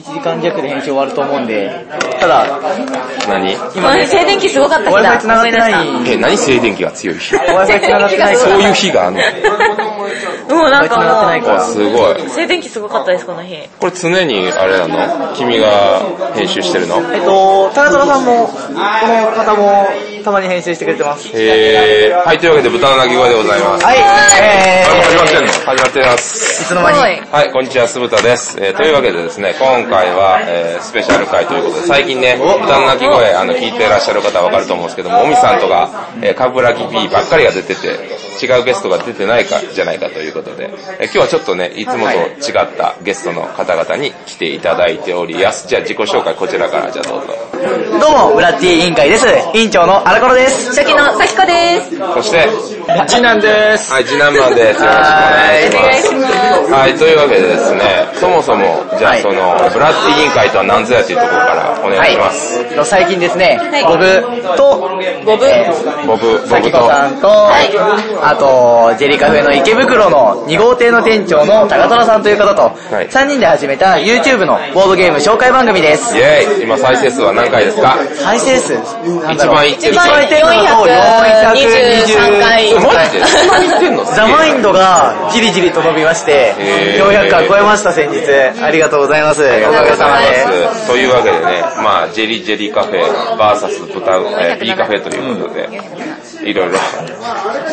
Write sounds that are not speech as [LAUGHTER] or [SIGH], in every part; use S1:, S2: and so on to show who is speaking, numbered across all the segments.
S1: 1時間弱で編集終わると思うんで、ただ、
S2: 何
S1: 今ね、
S3: 静電気すごかった
S1: Wi-Fi 繋がってない、
S2: え、何静電気が強い日
S1: Wi-Fi 繋がってないか
S2: そ
S1: ら、
S2: ういう日があんの
S1: [LAUGHS]
S3: もうなん
S1: Wi-Fi 繋がってない
S3: か
S1: か
S2: あ、
S1: ら、
S2: すごい。
S3: 静電気すごかったです、この日。
S2: これ常にあれなの君が編集してるの
S1: えっと、田中さんも、この方も、たまに編集してくれてます。
S2: えー、はい、というわけで豚の鳴き声でございます。
S1: はい、え
S2: あもう始まってん
S1: ー
S2: の始まってます。
S1: いつの間に、
S3: はい
S2: はい、こんにちは、酢豚です。えー、というわけでですね、今回は、えー、スペシャル回ということで、最近ね、豚の鳴き声、あの、聞いてらっしゃる方はわかると思うんですけども、もみさんとか、えー、かぶらき P ばっかりが出てて、違うゲストが出てないか、じゃないかということで、えー、今日はちょっとね、いつもと違ったゲストの方々に来ていただいております。じゃあ自己紹介こちらから、じゃあどうぞ。
S1: どうも、ブラッティ委員会です。委員長の荒コロです。
S3: 初期のさきこです。
S2: そして、
S1: 次男です。
S2: はい、次男マンです。よろしくお願いします。はい、というわけでですね、そもそも、じゃあ
S1: はい
S2: その、ブラッディ委員会とは何ぞやっていうところからお願いします。
S1: はい。最近ですね、
S3: い
S1: ボブと、ボブ、
S2: ボブ、ボ
S1: さ
S2: ブ
S1: き
S2: と、
S1: こさんと、あと、ジェリカフェの池袋の2号艇の店長の高虎さんという方と、
S2: はい
S1: 3人で始めた YouTube のボードゲーム紹介番組です
S2: イ。ェーイ今再生数は何回ですか
S1: 再生数なんだろう
S2: 一番いってる
S1: 一番いってるのと
S3: 423回
S2: え、マジでそんなに言ってんの
S1: ザ・マイン
S2: ド
S1: ドがじりじりと伸びまして
S2: へ、ー
S1: 400回超えました先日。ありがとうございます。お
S2: お
S1: か
S2: か
S1: げ
S2: げ
S1: さ
S2: さ
S1: ま
S2: ま
S1: で。
S2: です。というわけでね、まあジェリージェリーカフェ、バーサス豚、えー、ビーカフェということで、いろいろ、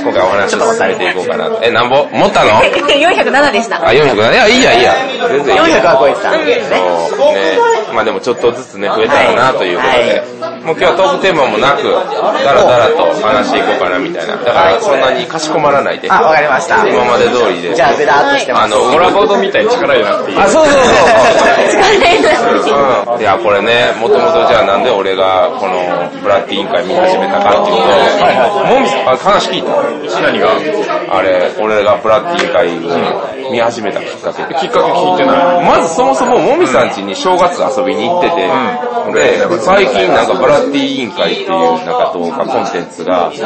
S2: 今回お話をされていこうかなと。え、なんぼ持ったの
S3: 407でした。
S2: あ、400だね。いや、いいや、いいや。全然いいや。
S1: 400は超えてたんで
S2: そ
S1: すね。
S2: うね。まあでもちょっとずつね、増えたらなということで、もう今日はトークテーマもなく、だらだらと話していこうかなみたいな。だからそんなにかしこまらないで。
S1: あ、わかりました。
S2: 今まで通りで。
S1: じゃあ、ベターっとしてます。
S2: あの、オラボードみたいに力入れなくていい。あ、そうそうそう。うん、いや、これね、もともとじゃあなんで俺がこのブラッディ委員会見始めたかっていうと、もみさん、あ、話聞いた何があれ、俺がブラッディ委員会を見始めたきっかけで。きっかけ聞いてないまずそもそももみさん家に正月遊びに行ってて、で、最近なんかブラッディ委員会っていうなんか動画コンテンツが始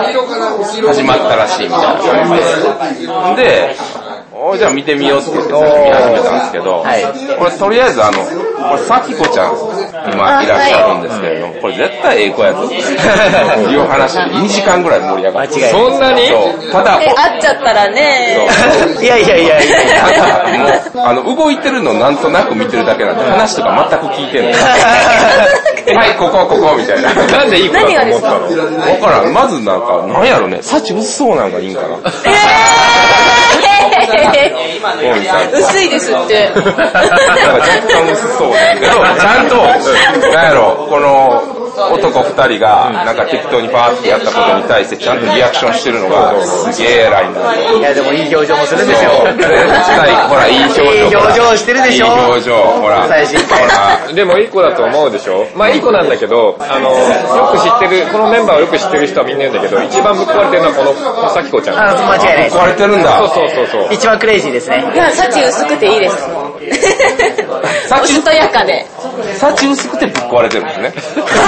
S2: まったらしいみたいな感じで、で、おじゃあ見てみようって言って最初見始めたんですけど、
S1: はい
S2: これとりあえずあの、これさきこちゃん、今いらっしゃるんですけれども、これ絶対ええ子や [LAUGHS] ぞっていう話で2時間ぐらい盛り上がって。
S1: 間違いない
S2: そんなにただ、
S3: え、会っちゃったらね、
S1: [LAUGHS] いやいやいやいやいや。
S2: ただもう、あの、動いてるのなんとなく見てるだけなんで、話とか全く聞いて [LAUGHS] ない。はい、ここ、ここ、みたいな。なんでいい子だと
S3: 何がで
S2: 思っ
S3: すか
S2: たのわからん。まずなんか、なんやろね、幸薄そうなんがいいんかな。 [LAUGHS] もうみたいな
S3: 薄いですって。
S4: [LAUGHS]
S2: なんか若干薄そうだけど、ちゃんと、なんやろ、この男二人が、なんか適当にパーってやったことに対してちゃんとリアクションしてるのが、すげえ偉いんだよ。
S1: いやでもいい表情もするんですよ。
S2: 絶対、ほら、いい表情。
S1: いい表情してるでしょ
S2: いい表情、ほら。
S1: 最新回
S2: ほら。
S4: でもいい子だと思うでしょまあいい子なんだけど、あの、よく知ってる、このメンバーをよく知ってる人はみんな言うんだけど、一番ぶっ壊れてるのはこの、さきこちゃん。
S1: あ、間違いないです。
S2: 壊れてるんだ。
S4: そうそうそうそう。
S1: 一番クレイジーですね。
S3: いや、幸薄くていいです。おしとやか
S1: [LAUGHS]
S3: で。
S2: 幸薄くてぶっ壊れてるんですね。
S3: すごい。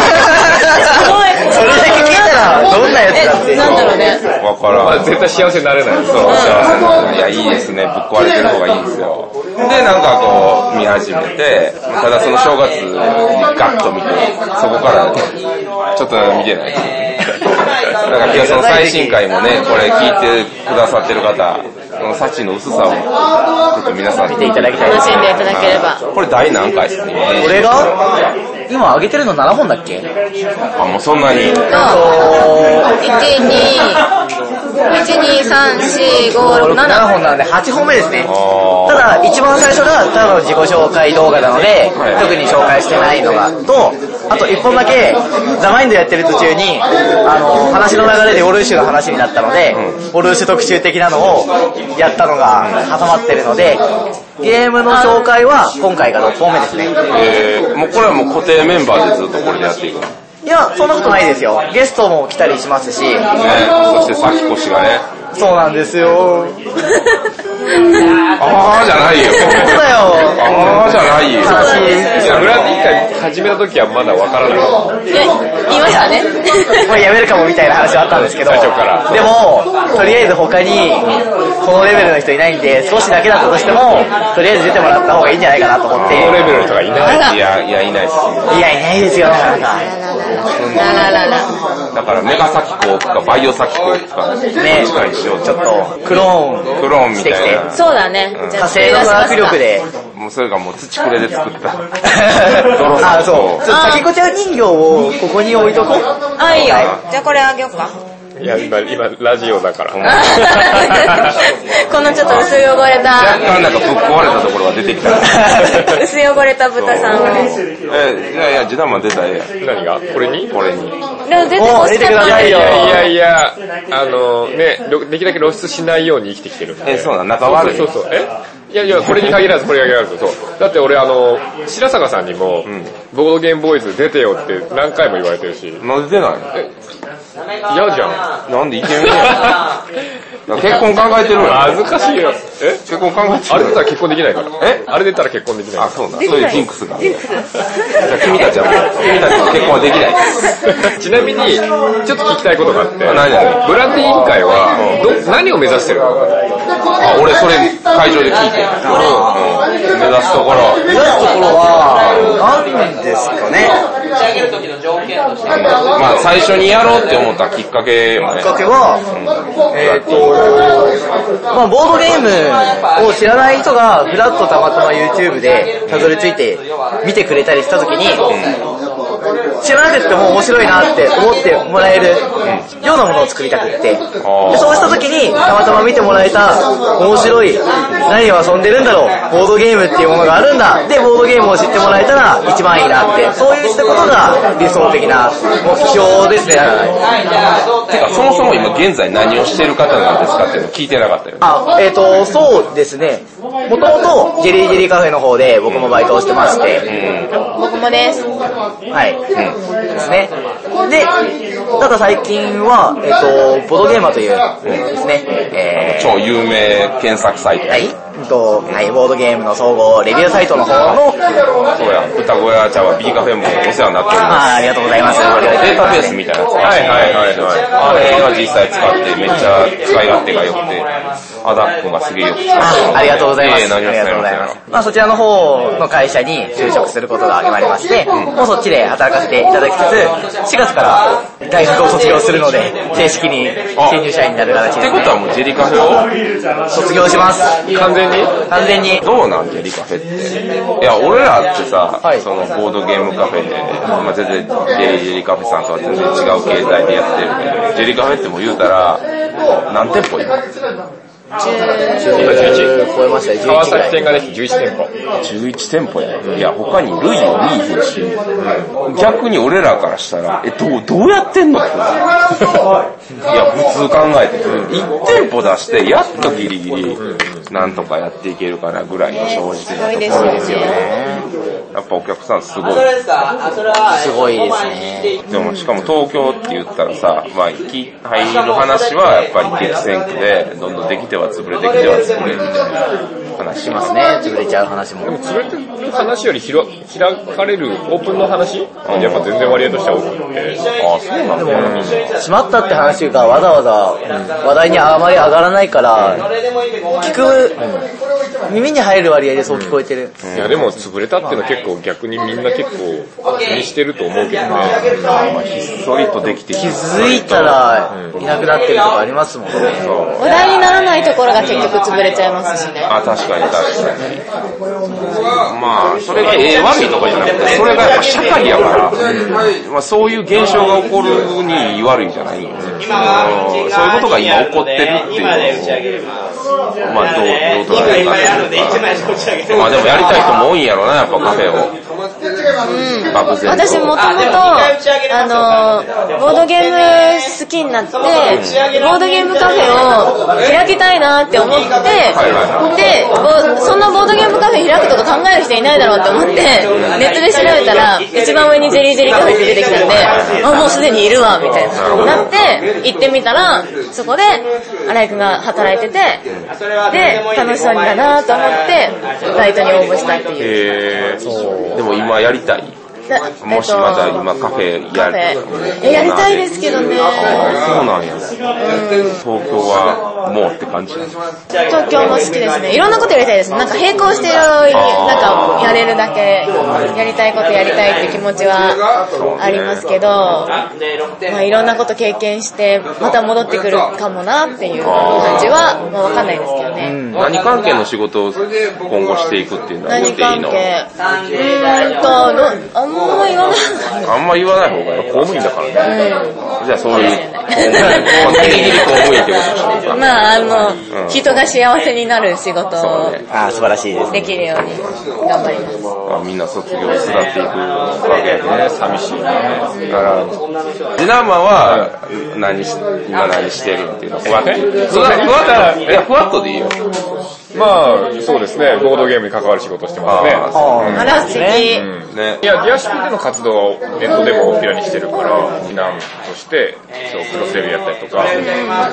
S1: それだけ聞いたら、どんなやつだって
S3: え、。なんだろうね。
S2: わからん。
S4: まあ絶対幸せになれない。
S2: そう、幸せな。いや、いいですね。ぶっ壊れてる方がいいんですよ。で、なんかこう、見始めて、ただその正月にガッと見て、そこから、ちょっと見てない。だから今日その最新回もね、これ聞いてくださってる方、その幸の薄さを、ちょっと皆さん見てい
S1: ただきたい
S3: 楽しんでいただければ。
S2: これ第何回ですね
S1: これが、今上げてるの7本だっけ
S2: あ、もうそんなに。
S3: 1、2、1、2、3、4、5、6、7。
S1: 7本なので8本目ですね。
S2: あ
S1: た
S2: ー
S1: だ、一番最初がただの自己紹介動画なので、特に紹介してないのが、と、あと一本だけ、ザ・マインドやってる途中に、あの、話の流れでオルーシュが話になったので、オルーシュ特集的なのをやったのが挟まってるので、ゲームの紹介は今回が6本目ですね。
S2: えー、もうこれはもう固定メンバーでずっとこれでやっていくの。ね。
S1: いや、そんなことないですよ。ゲストも来たりしますし、
S2: そしてさきこしがね、
S1: そうなんですよ。
S2: あーじゃないよ。
S1: 本当だよ。
S2: あーじゃないよ。
S1: 悲しい
S2: いや、ブラ
S5: ラッティ会始めた時はまだわからなかっ
S3: いや、言いましたね。
S1: もうやめるかもみたいな話はあったんですけど、
S5: 最初から。
S1: でも、とりあえず他に、このレベルの人いないんで、少しだけだったとしても、とりあえず出てもらった方がいいんじゃないかなと思った
S5: この
S1: て、
S5: レベルの人がいない。
S2: いや、いや、いないっす
S1: い
S2: ね。
S1: や、いないですよ、なかなか。
S3: ララララ。
S2: だから、メガサキコか、バイオサキコか、
S1: ね
S2: どっちかにしよう
S1: ちょっと、クローン、
S2: クローンみたいな。
S3: そうだね。じゃ
S1: 火
S3: あ、
S1: 星の科学力で、
S2: もうそれがもう土くれで作った。泥
S1: [LAUGHS] あ、
S2: さん
S1: そう。ちょっと、
S3: あー
S1: さきこちゃん人形をここに置いと
S5: [LAUGHS]
S1: こう。
S3: あ、いいよ。じゃあこれあげよ
S1: [LAUGHS]
S3: うか。
S5: いや、今、今、ラジオだから。
S3: [LAUGHS] このちょっと薄汚れ
S1: [LAUGHS]
S2: 若
S3: た、
S2: 干なんかぶっ壊れたところが出てきた。
S3: 薄汚れた豚さんを。
S2: え、いやいや、ジダマ出たらええやん。
S5: 何がこれに
S2: これに。
S3: でも出てほしかった
S1: お出てくださ
S5: い
S1: いよ
S5: やいやいや、あのね、ろできるだけ露出しないように生きてきてるんで。
S2: え、そうなん、仲悪い。
S5: そうそうそう。えいやいや、これに限らず、これに限らず、そう。だって俺、あの、白坂さんにも、ボードゲームボーイズ出てよって何回も言われてるし、
S2: なんで出ない
S5: 嫌じゃん。
S2: のなんでイケメンや
S5: [LAUGHS]
S2: ん。結婚考えてるやん。
S5: 恥ずかしいよ。え
S2: 結婚考えて
S5: [LAUGHS] あれ
S2: るや
S5: 出た
S2: ん
S5: ら結婚できないから。
S2: え
S5: あれ出たら結婚できない
S2: あ、
S5: か
S2: そうだ。そういうジンクスが。じゃあ君たちはもう、君たちの結婚はできない。
S5: ら。 [LAUGHS] ちなみに、ちょっと聞きたいことがあって、
S2: あ何々
S5: ブランディ委員会は、ど、何を目指してるの
S2: あ、俺それ会場で聞いて。うん目指すところ。
S1: 出すところは、何ですかね。
S2: まあ最初にやろうって思ったきっかけよね。
S1: きっかけは、えっ、と、まあボードゲームを知らない人が、ふらっとたまたま YouTube でたどり着いて見てくれたりしたときに、知らなくても面白いなって思ってもらえるようなものを作りたくって、でそうしたときにたまたま見てもらえた面白い、何を遊んでるんだろう、ボードゲームっていうものがあるんだ、で、ボードゲームを知ってもらえたら一番いいなって、そういうしたことが理想的な目標ですね。
S2: てかそもそも今現在何をしてる方なんですかっていうの聞いてなかったよね。
S1: あ、えっ、と、そうですね。もともと、ゲリーゲリーカフェの方で僕もバイトをしてまして、
S3: 僕もです。
S1: はい、ですね。で、ただ最近は、えっ、と、ボドゲーマーという、ですね、えー
S2: 超有名検索サイト。
S1: はい、うんと、はい、ボードゲームの総合レビューサイトの方の、
S2: そうや、歌小屋ちゃんは B カフェもお世話になっております。
S1: あーありがとうございます。
S2: データベースみたいなやつ。
S5: はいはいはいはい
S2: あれは実際使ってめっちゃ使い勝手が良くて、アダックがすげえ良くて
S1: あありがとうございます。
S2: ええ
S1: あ
S2: 何を
S1: り
S2: し
S1: が
S2: て
S1: とうご
S2: やりま
S1: ざいま
S2: すやろ
S1: す。まあそちらの方の会社に就職することが決まりまして、もうそっちで働かせていただきつつ、4月から大学を卒業するので、正式に新入社員になる形で
S2: って
S1: す、
S2: ことは
S1: ね。
S2: もうジェリカフェを
S1: 卒業します。
S5: 完全に
S1: 完全に。
S2: どうなんジェリカフェって。いや、俺らってさ、
S1: はい
S2: そのボードゲームカフェで、まあ全然ジェリジェリカフェさんとは全然違う形態でやってるけど、ジェリカフェってもう言うたら、何店舗今
S5: 今11。
S1: 超えました、11ぐら
S5: 川崎
S1: い。
S5: 店ができて11店舗。
S2: 11店舗やね。いや、他に類を見いひんし、逆に俺らからしたら、え、どう、どうやってんのって。いや、普通考えて、1店舗出して、やっとギリギリ、なんとかやっていけるかなぐらいの正直なところですよね。やっぱお客さんすごい。
S1: すごいですね。
S2: でもしかも東京って言ったらさ、まあ、き入る話はやっぱり激戦区で、どんどんできては潰れ、できては潰れみたいな話し
S1: し
S2: ま
S1: ますす
S2: ね。
S1: ね、潰れちゃう話も。
S5: それって話より広開かれるオープンの話やっぱ全然割合としては多くて。
S2: ああ、そうなんだ、ね。
S1: しまったって話がわざわざ話題にあまり上がらないから、聞く、耳に入る割合でそう聞こえてる。
S5: いやでも潰れたっていうのは結構逆にみんな結構気にしてると思うけどね。
S2: まあ、ひっそりとできて
S1: 気づいたら、いなくなってるとかありますもんね。
S2: そう。
S3: 話題にならないところが結局潰れちゃいますしね。
S2: あ、確かに確かに。まあ、それがええ悪いとかじゃなくて、それがやっぱ社会やから、まあそういう現象が起こるにいい悪いんじゃないよね。うんそういうことが今起こってるっていうのを、まあどう、どう捉えるかっていうか。まあでもやりたい人も多いんやろな、やっぱカフェを。漠然と。
S3: 私もともと、あの、ボードゲーム好きになって、ボードゲームカフェを開きたいなって思って、
S2: いは
S3: で、ぼそんなボードゲームカフェ開くとか考える人いないだろうって思って、ネットで調べたら、一番上にジェリージェリーカフェって出てきたんで、あ、もうすでにいるわ、みたいな。なって、行ってみたら、そこで、荒井くんが働いてて、で、楽しそうにだなと思って、バイトに応募したっていう。
S2: えー、でも今やりりたい
S3: な
S2: もしまだ今カフェや
S3: え
S2: る
S3: っとカフェえやりたいですけどね。
S2: あそうなんや、東京はもうって感じなんです
S3: 東京も好きですね。いろんなことやりたいです。なんか並行していろいろ、なんかやれるだけ、やりたいことやりたいっていう気持ちはありますけど、まあいろんなこと経験して、また戻ってくるかもなっていう感じは、まあわかんないですけどね。
S2: 何関係の仕事を今後していくっていうのは言
S3: 何
S2: っていい
S3: 関
S2: の
S3: 係うーんと、どあんま言わない。
S2: あんま言わない方がいい。公務員だからね。 [LAUGHS] じゃあそういう、
S3: 公
S2: 公
S3: 務員
S2: 務員、ギリギリ公務員ってことでしょうか。
S3: まああの、人が幸せになる仕事を
S6: あー素晴らしいです。
S3: できるように頑張ります。
S2: まあみんな卒業すがっていくわけやね、寂しいね。だから、次男マは、何し、今何してるっていうのふわっと。ふわふわっと、いや、ふわっとでいいよ。
S5: まあ、そうですね、ボードゲームに関わる仕事してますね。
S2: あ
S6: あ
S3: あら素敵。
S2: ね
S5: い。や、ディアシピでの活動をネットでも大っぴらにしてるから、避難として、そう、クロスレビューやったりとか、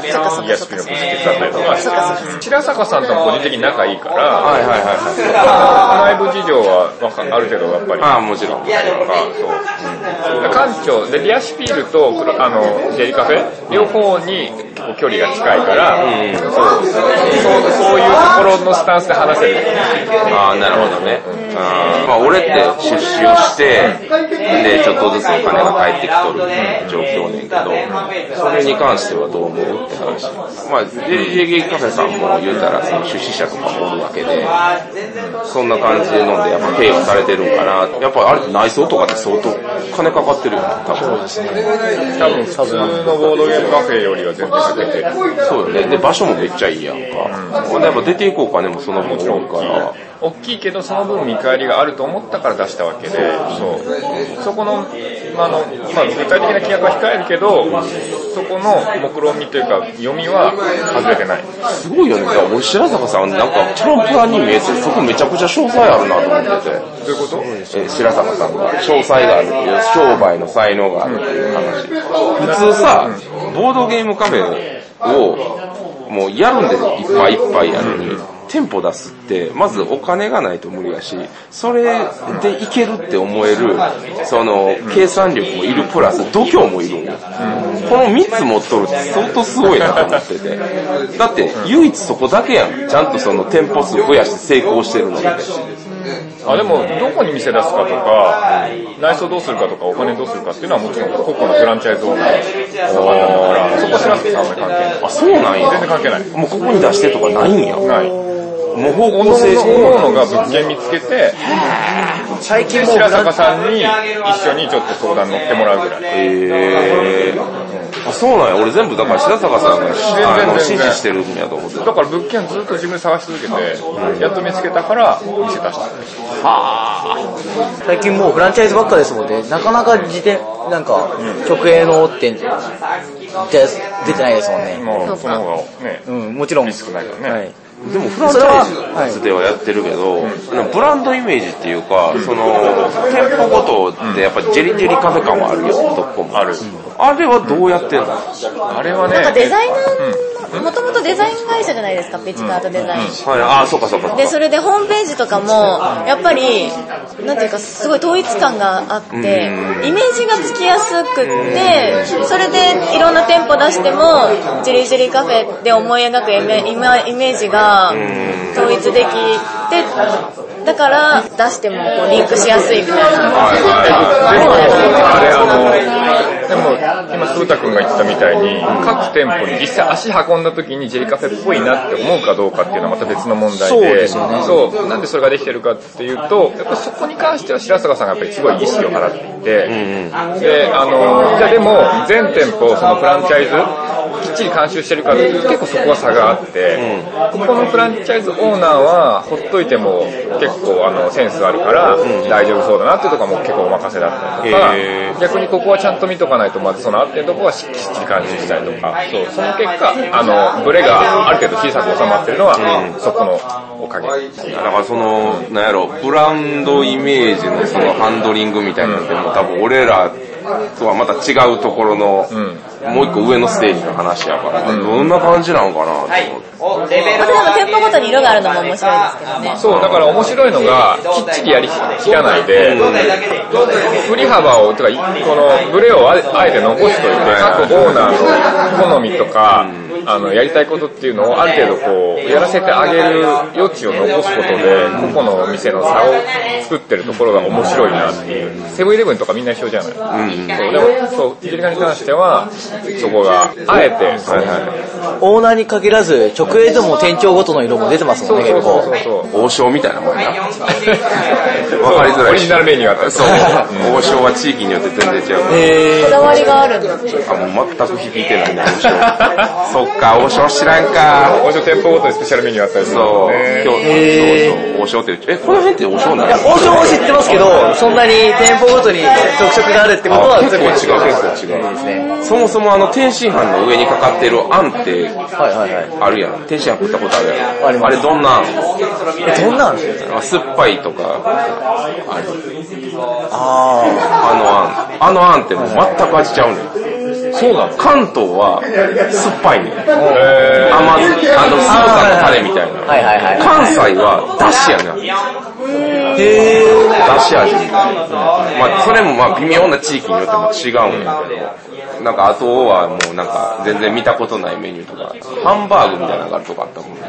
S3: そっかそっ
S5: ディ
S3: か
S5: ア
S3: そっ
S5: シピ
S3: か
S5: の
S3: そっ
S5: ポジ
S3: か。
S5: ティブだったりとか、白坂さんとも個人的に仲いいから、
S2: はいはいはいはい。
S5: 内部事情はわかある程度やっぱり、
S2: ああ、もちろん。
S5: なんか、そう。館長、で、リアシピールと、クロあの、デリカフェ、両方に結構距離が近いから、そうそう、そういうところのスタンスで話せる。
S2: ああ、なるほどね。あーまあ、俺って出資をして、で、ちょっとずつお金が返ってきとる状況ねんけど、それに関してはどう思うって話。まあ、ジェリジェリカフェさんも言うたら、その出資者とかもおるわけで、そんな感じで飲んで、やっぱペイはされてるんかな。やっぱあれって内装とかって相当金かかってるよね、多分。
S5: 多分、普通のボードゲームカフェよりは全然かけてる。
S2: そうよね。で、場所もめっちゃいいやんか。ほんで、やっぱ出ていこうかね、もうその分多いから。
S5: 大きいけど、その分見返りがあると思ったから出したわけで、そう。そこの、まああの、まあ具体的な規約は控えるけど、そこの目論見というか、読みは外れてない。
S2: すごいよね。だから俺、白坂さん、なんか、チャランプラに見えて、そこめちゃくちゃ詳細あるなと思ってて。
S5: どういうこと
S2: え、白坂さんが、詳細があるっていう、商売の才能があるっていう話。普通さ、ボードゲームカフェを、もうやるんで、いっぱいいっぱいやるのに、店舗出すって、まずお金がないと無理やし、それでいけるって思える、その、計算力もいるプラス、度胸もいるんよ。この3つ持っとるって相当すごいなと思ってて。だって、唯一そこだけやん。ちゃんとその店舗数増やして成功してるのに。
S5: あでも、どこに店出すかとか、内装どうするかとか、お金どうするかっていうのはもちろん、個々のフランチャイズオーナーの判断だから、そこ白瀬さんはあんまり関係ない。
S2: あ、そうなんや。
S5: 全然関係ない。
S2: もうここに出してとかないんや。
S5: ない。
S2: もう方
S5: お
S2: 向
S5: のおの
S2: 性
S5: おのおのが物件見つけて、
S6: 最近
S5: で
S6: もうブ
S5: 白
S6: ラ
S5: 坂さんに一緒にちょっと相談乗ってもらうぐらい。
S2: えー、あ、そうなんや。俺全部だから白坂さんがし
S5: 全然
S2: あの
S5: 全然
S2: 指示してるんやと思ってた。
S5: だから物件ずっと自分で探し続けて、やっと見つけたから、店出した。
S6: 最近もうフランチャイズばっかですもんね。なかなか自転、なんか、直営のって、で出てないですもんね。
S5: もう、その方がね、
S6: うん、もちろん。
S5: リスクないからね
S6: はい。
S2: でもフランチャイズではやってるけど、なんかブランドイメージっていうか、その、店舗ごとってやっぱジェリジェリカフェ感はあるよ、どこも。ある。あれはどうやってんの
S5: あれはね、
S3: なんかデザイナーの、もともとデザイン会社じゃないですか、ピッチカートデザイ
S2: は
S3: ン。
S2: い、あ、そうかそうか。
S3: で、それでホームページとかも、やっぱり、なんていうか、すごい統一感があって、イメージがつきやすくって、それでいろんな店舗出しても、ジェリージェリーカフェで思い描くイメイメイメージが統一できて、だから出してもこうリンクしやすいみたいな。
S2: はいはい
S5: でも、あれあの、でも、今、風太くんが言ってたみたいに、各店舗に実際足運んだ時にジェリカフェっぽいなって思うかどうかっていうのはまた別の問題で、そうなんでそれができてるかっていうと、やっぱそこに関しては白坂さんがやっぱりすごい意識を払っていて、で、あの、じゃあでも、全店舗、そのフランチャイズ、きっちり監修してるかっていうと結構そこは差があって、ここのフランチャイズオーナーは、ほっといても結構あの、センスあるから、大丈夫そうだなっていうとこはもう結構お任せだったりとか、
S2: へー
S5: 逆にここはちゃんと見とかないと、まずその合ってるとこはしっちり監視したりとか、そう、その結果、あの、ブレがある程度小さく収まってるのは、そこのおかげ。
S2: だからその、なんやろ、ブランドイメージのそのハンドリングみたいなのってもう多分俺らとはまた違うところの、もう一個上のステージの話やから、どんな感じなんかなと思って。
S3: またなんか店舗ごとに色があるのも面白いですけどね。
S5: そう、だから面白いのが、きっちりやりきらないで、振り幅を、とか、このブレをああえて残しといて、各オーナーの好みとか、あの、やりたいことっていうのをある程度こう、やらせてあげる余地を残すことで、個々のお店の差を作ってるところが面白いなっていう。セブンイレブンとかみんな一緒じゃないそう、でも、そう、キジリカに関しては、そこが、あえて、
S6: オーナーに限らず、直営でも店長ごとの色も出てますも
S5: そ
S6: ん
S5: う
S6: ね、
S5: そう
S6: 結
S5: そう
S6: 構。
S5: そう。
S2: 王将みたいなもんやな。
S5: わ
S2: かりづらい
S5: オリジナルメニューがあったり
S2: そう。王将は地域によって全然違う。
S6: へ
S3: こだわりがあるんですね。
S2: あ、もう全く響いてないね、王将。そっか、王将知らんか。
S5: 王将店舗ごとにスペシャルメニューあったりするも
S2: そ
S5: ん
S2: う、
S5: ね。
S2: 今日、そうそう、王将って、え、この辺って王将なの
S6: ー王将も知ってますけど、そんなに店舗ごとに特色があるってこと
S2: あ
S6: は
S2: 結構違う、結
S6: 全部
S2: 構違う。そもそもあの、天津飯の上にかかってるあんって、
S6: はいはいはい。
S2: あるやん。天津飯食ったことあるやん。
S6: あります
S2: れどんなあん
S6: え、どんなんですか
S2: あ酸っぱいとか、
S6: あ
S2: あのあん。あのあんってもう全く味ちゃうねん。そうなの関東は酸っぱいねん。
S5: へー
S2: 甘酢、あの、スーさのタレみたいな。
S6: ーはいはいは
S2: 関西はだしやな。
S6: い。へー
S2: だし味。まあ、それもまあ微妙な地域によっても違うんやけど、なんかあとはもうなんか全然見たことないメニューとか、ハンバーグみたいなのがあるとかあったもんね。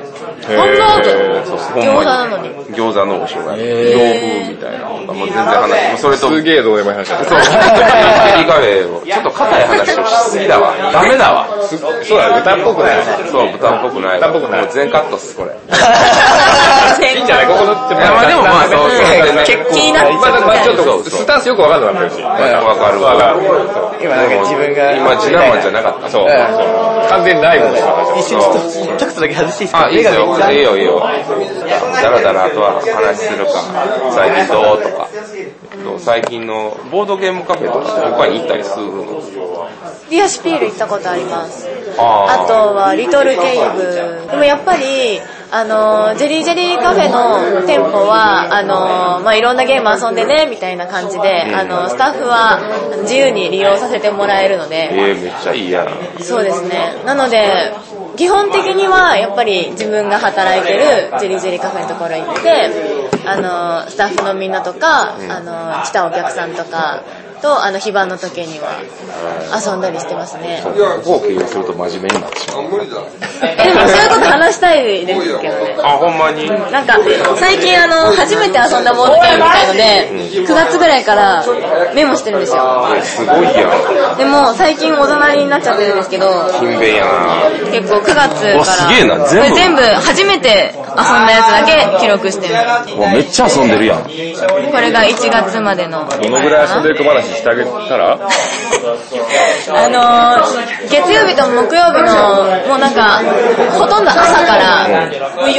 S5: へ
S3: ハンバーグ
S2: そうそう、
S3: 餃子なのに。
S2: 餃子のお醤油洋風みたいなのがもう全然話、もうそれと、
S5: すげえどうでもいい話だ
S2: そう、リカフェを、ちょっと硬い話をしすぎだわ。ダメだわ。
S5: すそうだ、豚っぽくない。
S2: そう、豚っぽくないわ。
S5: 豚っぽくない
S2: もう全カットっす、これ。
S3: [LAUGHS]
S5: いいんじゃないここのって
S2: いやまあでもまあそうそう
S3: 結構気になっちゃう
S5: まあまあちょっ
S2: そう
S5: と、
S2: そう
S5: スタンスよくわかんなかったし。
S2: わかるわかる。
S6: 今なんか自分が。
S2: 今、ジラマンじゃなかった。
S5: そう。そう完全に内部の人だから
S6: 一 [LAUGHS] 瞬ちょっと、タクトだけ外していいですか
S2: あ、いいですよ。いい
S6: い
S2: よ、いいよ。だらだらとは話するか、最近どうとか。と最近のボードゲームカフェとか他に行ったりするの
S3: ディアシピール行ったことあります。あ
S2: あー
S3: とは、リトルケイブ。でもやっぱり、あの、ジェリージェリーカフェの店舗は、あの、まあ、いろんなゲーム遊んでね、みたいな感じで、あの、スタッフは自由に利用させてもらえるので、
S2: えー、めっちゃいいやん。
S3: そうですね。なので、基本的にはやっぱり自分が働いてるジェリジェリカフェのところ行って、あの、スタッフのみんなとか、あの、来たお客さんとかと、あの、非番の時には遊んだりしてますね。
S2: ここを経由すると真面目になってしまう。
S3: え、でもそういうこと話したいですけどね。
S2: あ、ほんまに
S3: なんか、最近あの、初めて遊んだボードゲームみたいので、9月ぐらいからメモしてるんですよ。
S2: えすごいやん。
S3: でも、最近大人になっちゃってるんですけど、
S2: 勤勉やな
S3: 結構9月から。
S2: わすげえな全部
S3: これ全部初めて遊んだやつだけ記録してま
S2: わ、めっちゃ遊んでるやん。
S3: す。これが1月までの。
S5: どのぐらい遊んでるか話してあげたら
S3: あのー、月曜日と木曜日の、もうなんか、ほとんど朝から、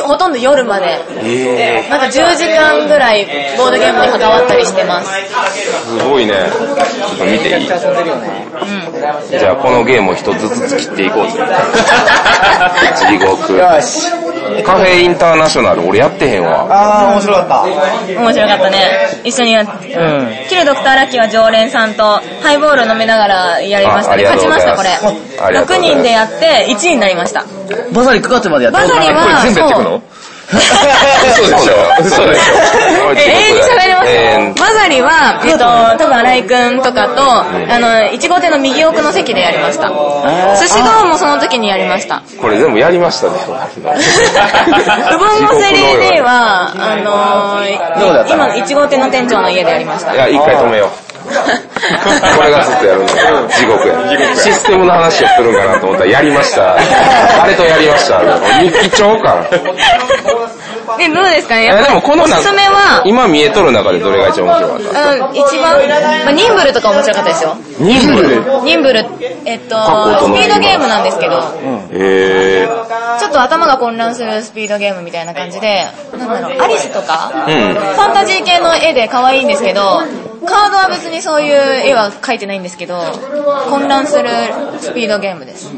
S3: ほとんど夜まで、
S2: え
S3: なんか10時間ぐらいボードゲームに関わったりしてます。
S2: ー、すごいね。ちょっと見ていいじゃあこのゲームを一つずつ切っていこう
S3: [LAUGHS]
S2: ぜ。地獄。
S6: よし。
S2: カフェインターナショナル、俺やってへんわ。
S6: あー、面白かった。
S3: 面白かったね。一緒にやって。
S6: うん。
S3: キルドクターラッキーは常連さんとハイボール飲みながらやりましたね。
S2: あありがと
S3: 勝ち
S2: うご
S3: まし
S2: ざい
S3: た
S2: ま
S3: こ
S2: す
S3: れ。
S2: ありがとう
S3: 6
S2: ございます
S3: 人でやって1位になりました。
S6: バザリ9月までやって
S3: バ
S6: る
S3: ザリは、
S5: 全部やっていく
S3: そう
S5: の嘘でしょ嘘でしょ
S3: え、永遠に喋れますよ。
S2: え
S3: バザリは、えっと、多分荒井くんとかと、あの、1号店の右奥の席でやりました。寿司道もその時にやり
S2: [LAUGHS]
S3: ました。
S2: ーこれ全部やりましたね。
S3: うぼんもセリー D は、あ
S6: どうだっ
S3: の
S6: た
S3: 今の1号店の店長の家でやりました
S2: い。や、一回止めよう。これがずっ
S3: [LAUGHS]
S2: とやるの。地獄や。システムの話をするんかなと思ったら、やりました。あれとやりました。日記帳かな。
S3: で、どうですかね
S2: い
S3: やっ
S2: や、
S3: ぱ
S2: でもこの
S3: お
S2: 中
S3: すすめは、
S2: 今見えとる中でどれが一番面白かっ
S3: うん、一番、まあ、ニンブルとか面白かったですよ。
S2: たニンブル
S3: ニンブル、えっと、スピ
S2: 過去との
S3: ードゲームなんですけど、
S2: えー。
S3: ちょっと頭が混乱するスピードゲームみたいな感じで、なんだろう、アリスとか、
S2: うん
S3: ファンタジー系の絵で可愛いんですけど、カードは別にそういう絵は描いてないんですけど、混乱するスピードゲームです。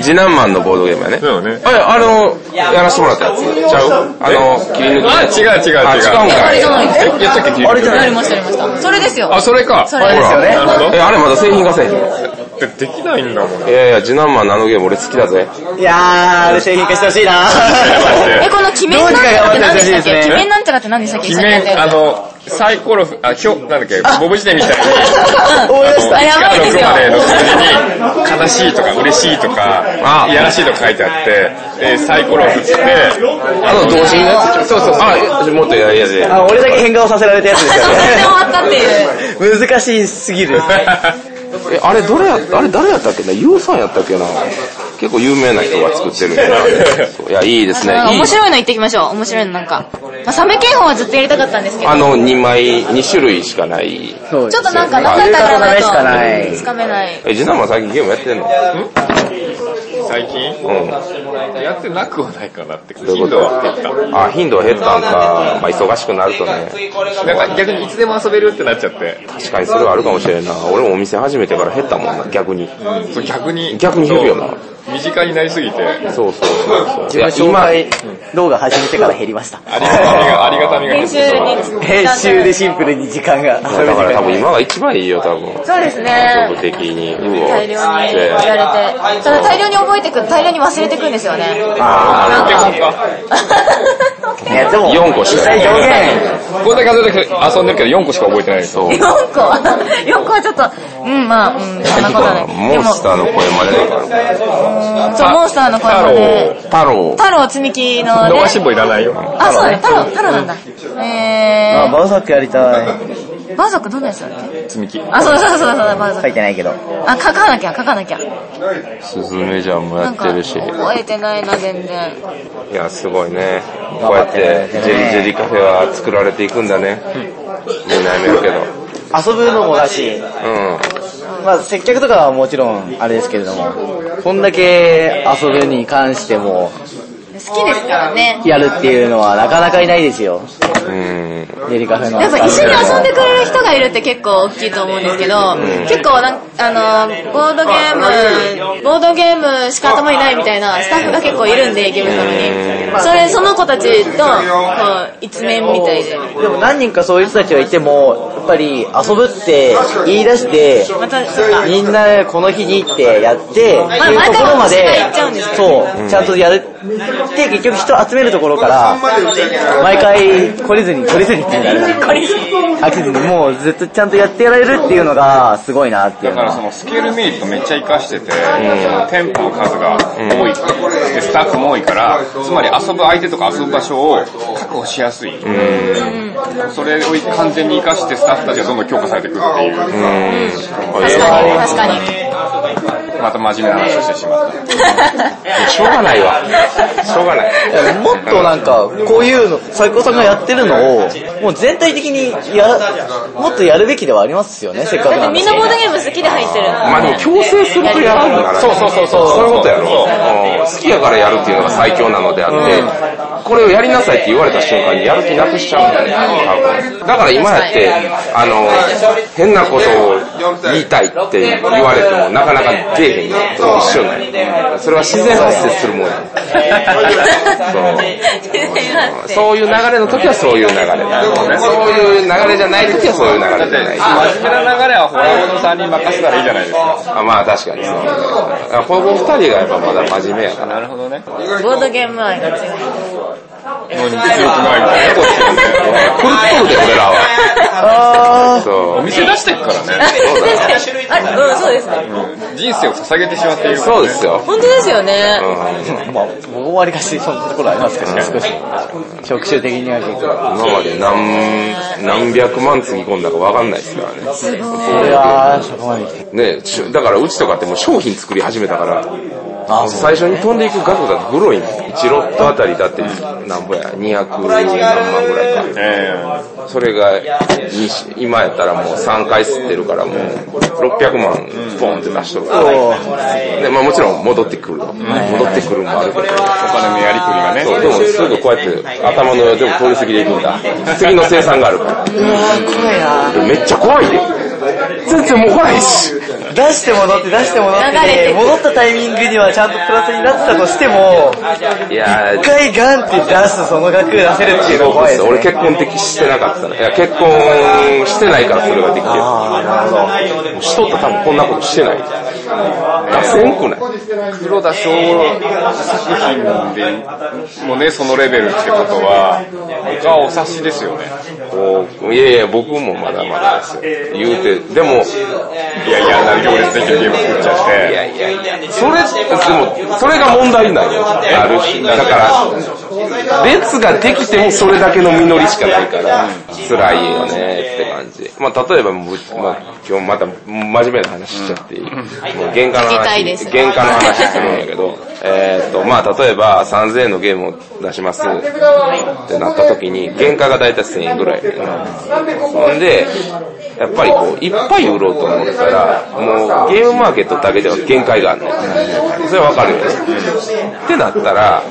S2: 次男マンのボードゲームやね。
S5: そうよね
S2: あれ、あの、やらしてもらったやつ。ちゃうあの、切り抜きの
S5: あ、
S2: やつ。
S5: 違う違う違う。
S2: あ違うん
S3: え、
S2: か
S3: あれじゃないですか
S5: やったっけ切り抜き
S1: あれじゃ
S3: あ
S1: ない
S3: りました、ありました。それですよ。
S5: あ、それか。
S3: それです
S1: よね
S5: ほらなるほど
S2: え、あれまだ製品化せえへん。
S5: だってできないんだもん。
S2: いやいや、次男マンのあのゲーム俺好きだぜ。
S1: いやー、あれ製品化してほしいな
S3: え、この鬼面なんちゃらって何でしたっけ
S1: どうにか頑張ってほしいですね
S3: 鬼面なんちゃらって何でしたっけ
S5: 鬼面、あ、の、サイコロ、あ、ひょ、なんだっけ、ボブ辞典みたいに、
S1: 思い出した
S3: あ、やばいですよ。
S5: までの数字に、悲しいとか嬉しいとか、いやらしいとか書いてあって、で、サイコロ振って、
S2: あの、同心のやつそうそう。あ、もっとやりやすい。
S1: あ俺だ
S2: [LAUGHS]
S1: け変顔させられたやつで
S3: あ、
S1: す
S3: [LAUGHS] そう、それで終
S1: よ
S3: わったっていう。
S1: ね。難しすぎる。
S2: え、あれどれや、あれ誰やったっけなユウさんやったっけな結構有名な人が作ってるん [LAUGHS] やなそういや、いいですね。いい
S3: 面。白いの言ってきましょう。面白いのなんか。まあ、サメ警報はずっとやりたかったんですけど
S2: あ、の、2枚、2種類しかない。
S1: そう
S3: ちょっとなんか何回かやらないと
S1: そうですね
S3: つかめない。
S2: え、次男マン最近ゲームやってんの
S5: 最近
S2: う
S5: やってなくはないかなって、
S2: ういうこ
S5: 頻
S2: と
S5: 度は減った。
S2: ん。あ、頻度は減ったんか。まあ、忙しくなるとね。
S5: なんか逆にいつでも遊べるってなっちゃって、
S2: 確かにそれはあるかもしれんな。俺もお店始めてから減ったもんな、逆に。
S5: そう逆に、
S2: 逆に減るよな
S5: そう身近になりすぎて、
S2: そうそうそうそう。いや、
S1: 自己紹介動画始めてから減りました。
S5: ありがありがたみが
S3: 編
S5: 減っ
S3: 集
S5: てしまう
S3: に。
S1: 編集でシンプルに時間が。
S2: 今だから多分今が一番いいよ、多分。
S3: そうです
S2: 全部
S3: ね。
S2: 的に。うお。
S3: 大量にやられて。ただ大量に覚えてく、大量に忘れてくんですよね。
S2: あ
S5: ポケモンか
S1: いや、でも、
S2: 4個しか
S1: 実際上限、
S5: こんだけ遊んでるけど遊んでるけど4個しか覚えてないです。
S2: そう。
S3: 4個は、4個はちょっと、うん、まあ、うん、そんなことはない。で
S2: モン
S3: も、
S2: スターの声まで
S3: そう、モンスターの声もね、
S2: 太郎。
S3: 太郎積み木の
S5: 伸ばし
S3: ね、
S5: 棒いらないよ。
S3: あ、そうだね、太郎、太郎なんだ。
S1: あ、
S3: え
S1: バウサックやりたい。
S3: ー、バーザックどんなやつだっけ
S5: 積み木。
S3: あ、そうだそうだそうだ、バーザ
S1: 書
S3: ッ
S1: いてないけど。
S3: ク。あ、書かなきゃ、書かなきゃ。
S2: スズメじゃんもや
S3: なん
S2: っ
S3: か、
S2: てるし。
S3: 覚えてないな、全然。
S2: いや、すごいね。こうやって、ジェリジェリカフェは作られていくんだね。みんなやめるけど。
S1: 遊ぶのもだし、まあ接客とかはもちろんあれですけれども、こんだけ遊ぶに関しても、
S3: 好きですからね。
S1: やるっていうのはなかなかいないですよ。
S2: うん。うん。
S1: デリカフェの。
S3: やっぱ一緒に遊んでくれる人がいるって結構大きいと思うんですけど、結構なんあの、ボードゲーム、ボードゲームしか頭にないみたいなスタッフが結構いるんで、ゲームサロに。それ、その子たちと、こう、一面みたいで。
S1: でも何人かそういう人たちがいても、やっぱり遊ぶって言い出して、
S3: また、そっか。
S1: みんなこの日にってやって、ま
S3: あ
S1: いうところまで
S3: 毎回私が行っちゃうんです、
S1: そう、ちゃんとやる。で、結局人集めるところから、毎回懲りずに、懲りずにってなる。懲りずに。飽きずに、もうずっとちゃんとやってやられるっていうのが、すごいなっていう
S5: だ
S1: の
S5: から
S1: は。
S5: そのスケールメリットめっちゃ活かしてて、店舗の数が多い、でスタッフも多いから、つまり遊ぶ相手とか遊ぶ場所を確保しやすい。それを完全に活かしてスタッフたちがどんどん強化されていくっていう。
S3: 確かに、確かに。
S5: また真面目な話をしてしまった。
S2: しょうがないわ。しょうがない。
S1: もっとなんか、こういうの、最高さんがやってるのを、もう全体的にやら、もっとやるべきではありますよね、せっかく
S3: だっ
S1: な
S3: て
S1: んで
S3: みんなボードゲーム好きで入ってるの。
S2: まあでも強制するとやらんのかな。そうそうそうそう。そういうことやろ。うん好きやからやるっていうのが最強なのであって、これをやりなさいって言われた瞬間にやる気なくしちゃうんだよね。多分だから今やって、あの、変なことを言いたいって言われてもなかなか出えへんのと一緒なんよそれは自然発生するもんや。 [LAUGHS]
S3: [LAUGHS]
S2: そうそういう流れの時はそういう流れだ。そういう流れじゃない時はそういう流れじゃない。
S5: 真面目な流れはホラボードさんに任せたらいいじゃないですか。
S2: あまあ確かにそう。だからこの二人がやっぱまだ真面目やから。
S5: なるほどね。もう
S3: ボードゲーム愛が強い。
S5: 強くないみたいな。
S2: フルトールで俺らは。
S1: あ
S2: そ
S5: お店出してくからね。
S3: 確かに。 [LAUGHS] あ、うん、そうですね。
S5: 人生を捧げてしまっている。
S2: う。そうですよ。
S3: 本当ですよね。
S2: うん。
S1: ーまあ、僕もわりかしそんなところありますけどね、少し。職種的には結構。
S2: 今まで何、何百万つぎ込んだかわかんないですからね。
S1: それは、そこまで来て。
S2: ねちゅだからうちとかってもう商品作り始めたから、最初に飛んでいく額だってグロいんですよ。1ロットあたりだってなんぼや、200何万ぐらいか。
S5: え
S2: それが、にし今やったらもう3回吸ってるからもう、600万ポンって出しとるから。で、まあもちろん戻ってくるよ。戻ってくるもあるけど。
S5: えお金のやりくりがね。
S2: そう、でもすぐこうやって頭の上を全部通り過ぎでいくんだ。次の生産があるから。
S1: うわー、怖いな
S2: めめっちゃ怖いで。全然もう来ないし。
S6: 出して戻って出して戻っ
S3: 流れ
S6: て
S3: て
S6: で、
S3: く
S6: 戻ったタイミングにはちゃんとプラスになってたとしても、
S2: いや
S6: 一回ガンって出す、その額出せるっていうの
S2: そう
S6: は怖い
S2: で
S6: ですすね。
S2: 俺結婚的してなかったの。いや、結婚してないからそれができてる。もうしとったら多分こんなことしてない。出せんくない
S5: 黒田翔作品でもね、そのレベルってことは、他はお察しですよね。
S2: こういやいや、僕もまだまだですよ。言うて、でも、
S5: いやいや、な行列的ゲーム作っちゃって。
S2: いやいやいや、それ、でも、それが問題なんよ。あるし。だから、列ができてもそれだけの実りしかないから、辛いよねって感じ。まあ、例えば、ぶまあ、今日また真面目な話しちゃっていい、もう喧嘩の
S3: 聞きた
S2: 話、
S3: いです
S2: 喧嘩の話するんやけど、えーっと、まあ、例えば3000円のゲームを出しますってなった時に、原価がだいたい1000円ぐらい。ほんで、やっぱりこう、いっぱい売ろうと思ったら、もうゲームマーケットだけでは限界があるねん。それわかるよね。ってなったら、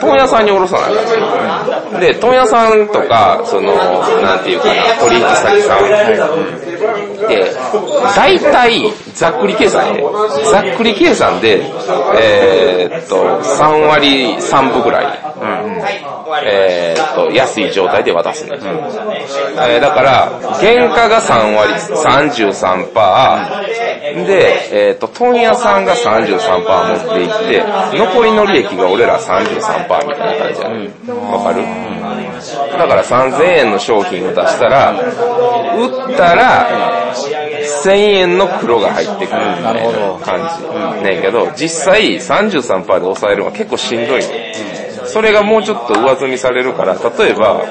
S2: 問屋さんにおろさないから。で、問屋さんとか、その、なんていうかな、取引先さんって、大体、ざっくり計算で、ざっくり計算で、えーっと、3割3分ぐらい。えーっと、安い状態で渡すね。えーだから、原価が3割、33%パー、で、えーっと、問屋さんが33%パー持っていって、残りの利益が俺ら33%パーみたいな感じやね。わかる、だから3000円の商品を出したら、売ったら、1000円の黒が入ってくるみたいな感じ。ねんけど、実際33%で抑えるのは結構しんどいね。それがもうちょっと上積みされるから、例えば、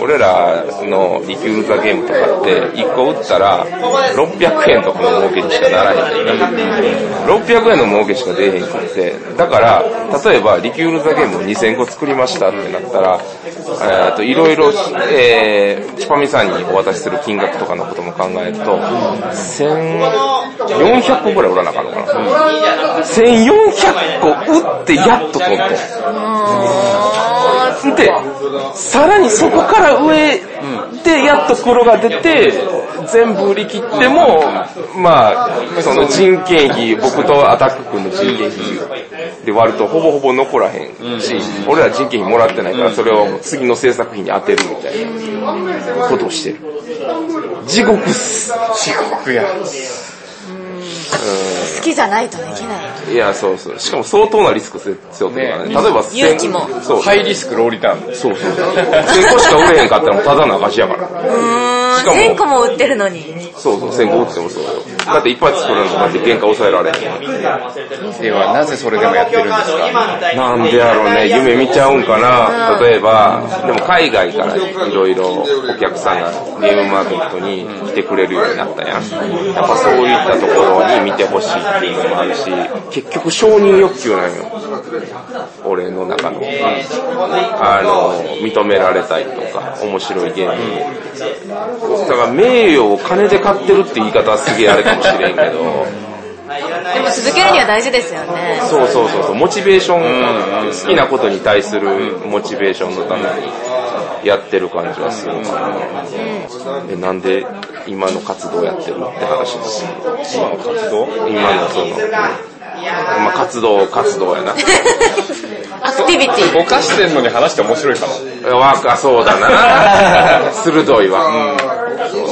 S2: 俺らのリキュールザゲームとかって、1個売ったら、600円とかの儲けにしかならへんねんな600円の儲けしか出えへんくって、だから、例えば、リキュールザゲームを2000個作りましたってなったら、えっと、いろいろ、えー、チュパミさんにお渡しする金額とかのことも考えると、1400個ぐらい売らなあかんのかな。1400個売ってやっと取った。で、さらにそこから上でやっと黒が出て、全部売り切っても、まあ、その人件費、僕とアタック君の人件費で割るとほぼほぼ残らへんし、俺ら人件費もらってないからそれを次の制作費に当てるみたいなことをしてる。地獄っす。地獄や。
S3: 好きじゃないとできない。
S2: いや、そうそう。しかも相当なリスク背負ってるからね。例えば、
S3: 勇気も
S2: そう。
S5: ハイリスクローリターン。
S2: そうそうそう。1000個しか売れへんかったらもうただの証やから。
S3: うー
S2: しかも
S3: ん、1000個も売ってるのに。
S2: そうそう、1000個売ってもそうよ。だっていっぱい作るのだって原価抑えられへ
S5: では、なぜそれでもやってるんですか
S2: ん。なんでやろうね、夢見ちゃうんかな。例えば、でも海外からいろいろお客さんがゲームマーケットに来てくれるようになったやん。やっぱそういったところに見てほしいっていうのもあるし、結局承認欲求なんよ。俺の中の。あの、認められたりとか、面白いゲームだから名誉を金で買ってるって言い方はすげえあれかもしれんけど、
S3: でも続けるには大事ですよね。
S2: そうそうそうそう、モチベーション、好きなことに対するモチベーションのためにやってる感じはするから、えなんで今の活動やってるって話です。今の活動今のその、まあ活動、活動やな。
S3: アクティビティ。
S5: ぼかしてんのに話して面白いかも。
S2: わか、そうだ
S5: [LAUGHS]
S2: な。鋭いわ。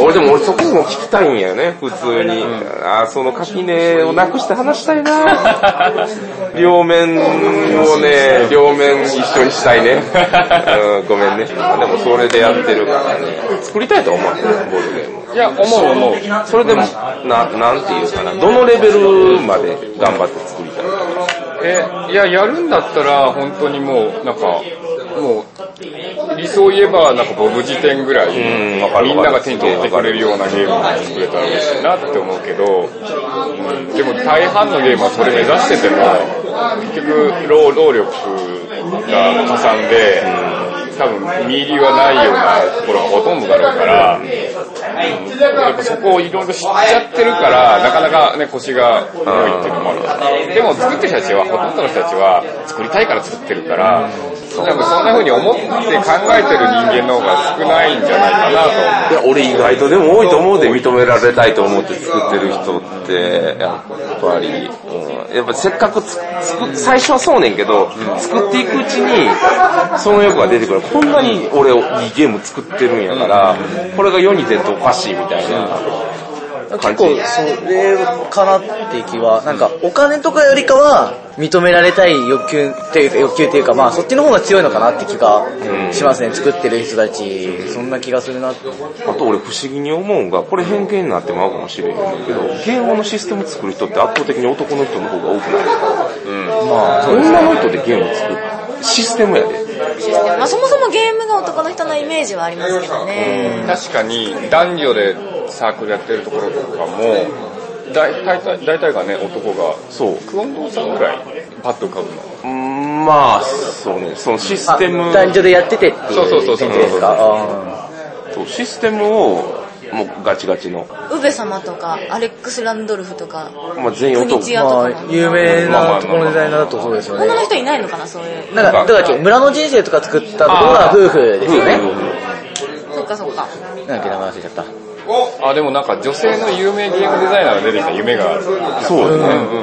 S2: 俺でも俺そこも聞きたいんやね、普通に。あーその垣根をなくして話したい
S5: [LAUGHS]
S2: な両面をね、両面一緒にしたいね。
S5: [LAUGHS]
S2: うんごめんね。でもそれでやってるからね。作りたいと思うね、ボードゲーム。
S5: いや、思う思う。
S2: それでも、な、なんていうかな、どのレベルまで頑張って作りたい
S5: え、いや、やるんだったら、本当にもう、なんか、もう、理想を言えば、なんかボブ辞典ぐらい、
S2: うんわかる
S5: みんなが手に取ってくれるようなゲームを作れたら嬉しいなって思うけど、うんでも大半のゲームはそれ目指してても、結局、労働力が加算で、多分、見入りはないようなところがほとんどだろうから、うんやっぱそこをいろいろ知っちゃってるから、なかなかね、腰が重いっていうのもある。でも作ってる人たちは、ほとんどの人たちは、作りたいから作ってるから、多分そんな風に思って考えてる人間の方が少ないんじゃないかなと
S2: い
S5: 思う。
S2: や、俺意外とでも多いと思うで、認められたいと思って作ってる人って、やっぱり、うん、やっぱせっかくつ作、最初はそうねんけど、作っていくうちに、その欲が出てくる。こんなに俺いいゲーム作ってるんやから、これが世に出るとおかしいみたいな。
S1: 結構それかなって気は、なんかお金とかよりかは認められたい欲求っていうか、欲求っていうかまあそっちの方が強いのかなって気がしますね、作ってる人たち。そんな気がするなって。
S2: あと俺不思議に思うんが、これ偏見になってまうかもしれへんけど、ゲームのシステム作る人って圧倒的に男の人の方が多くないですかまあ、女の人でゲーム作る。システムやで。
S3: システムまあそもそもゲームが男の人のイメージはありますけどね。
S5: 確かに男女でサークルやってるところとかも、大大体大体がね、男が、
S2: そう。
S5: クオンドーさんぐらいパッと浮かぶの。
S2: うーんまあ、そうね。そのシス
S1: あ
S2: テム、
S1: 男女でやっててっていう。
S5: そうそうそうそう
S1: ですか。あ
S2: そうシステムを、もうガチガチの。
S3: ウベ様とか、アレックス・ランドルフとか、
S2: まあ全員
S3: プ
S2: 男
S3: ニ。チア
S1: ー
S3: と
S1: ま
S3: か
S1: あ
S3: も。
S1: 有名なところのデザイナーだとそうですよね
S3: 女。の人いないのかな、そういう。
S1: なんか、どうだっけ、村の人生とか作ったところは夫婦ですよね。
S3: そっかそっか。
S1: なんだっけ、名前忘れちゃった。
S5: あ、でもなんか女性の有名ゲームデザイナーが出てきた夢がある。
S2: そうですね。
S5: う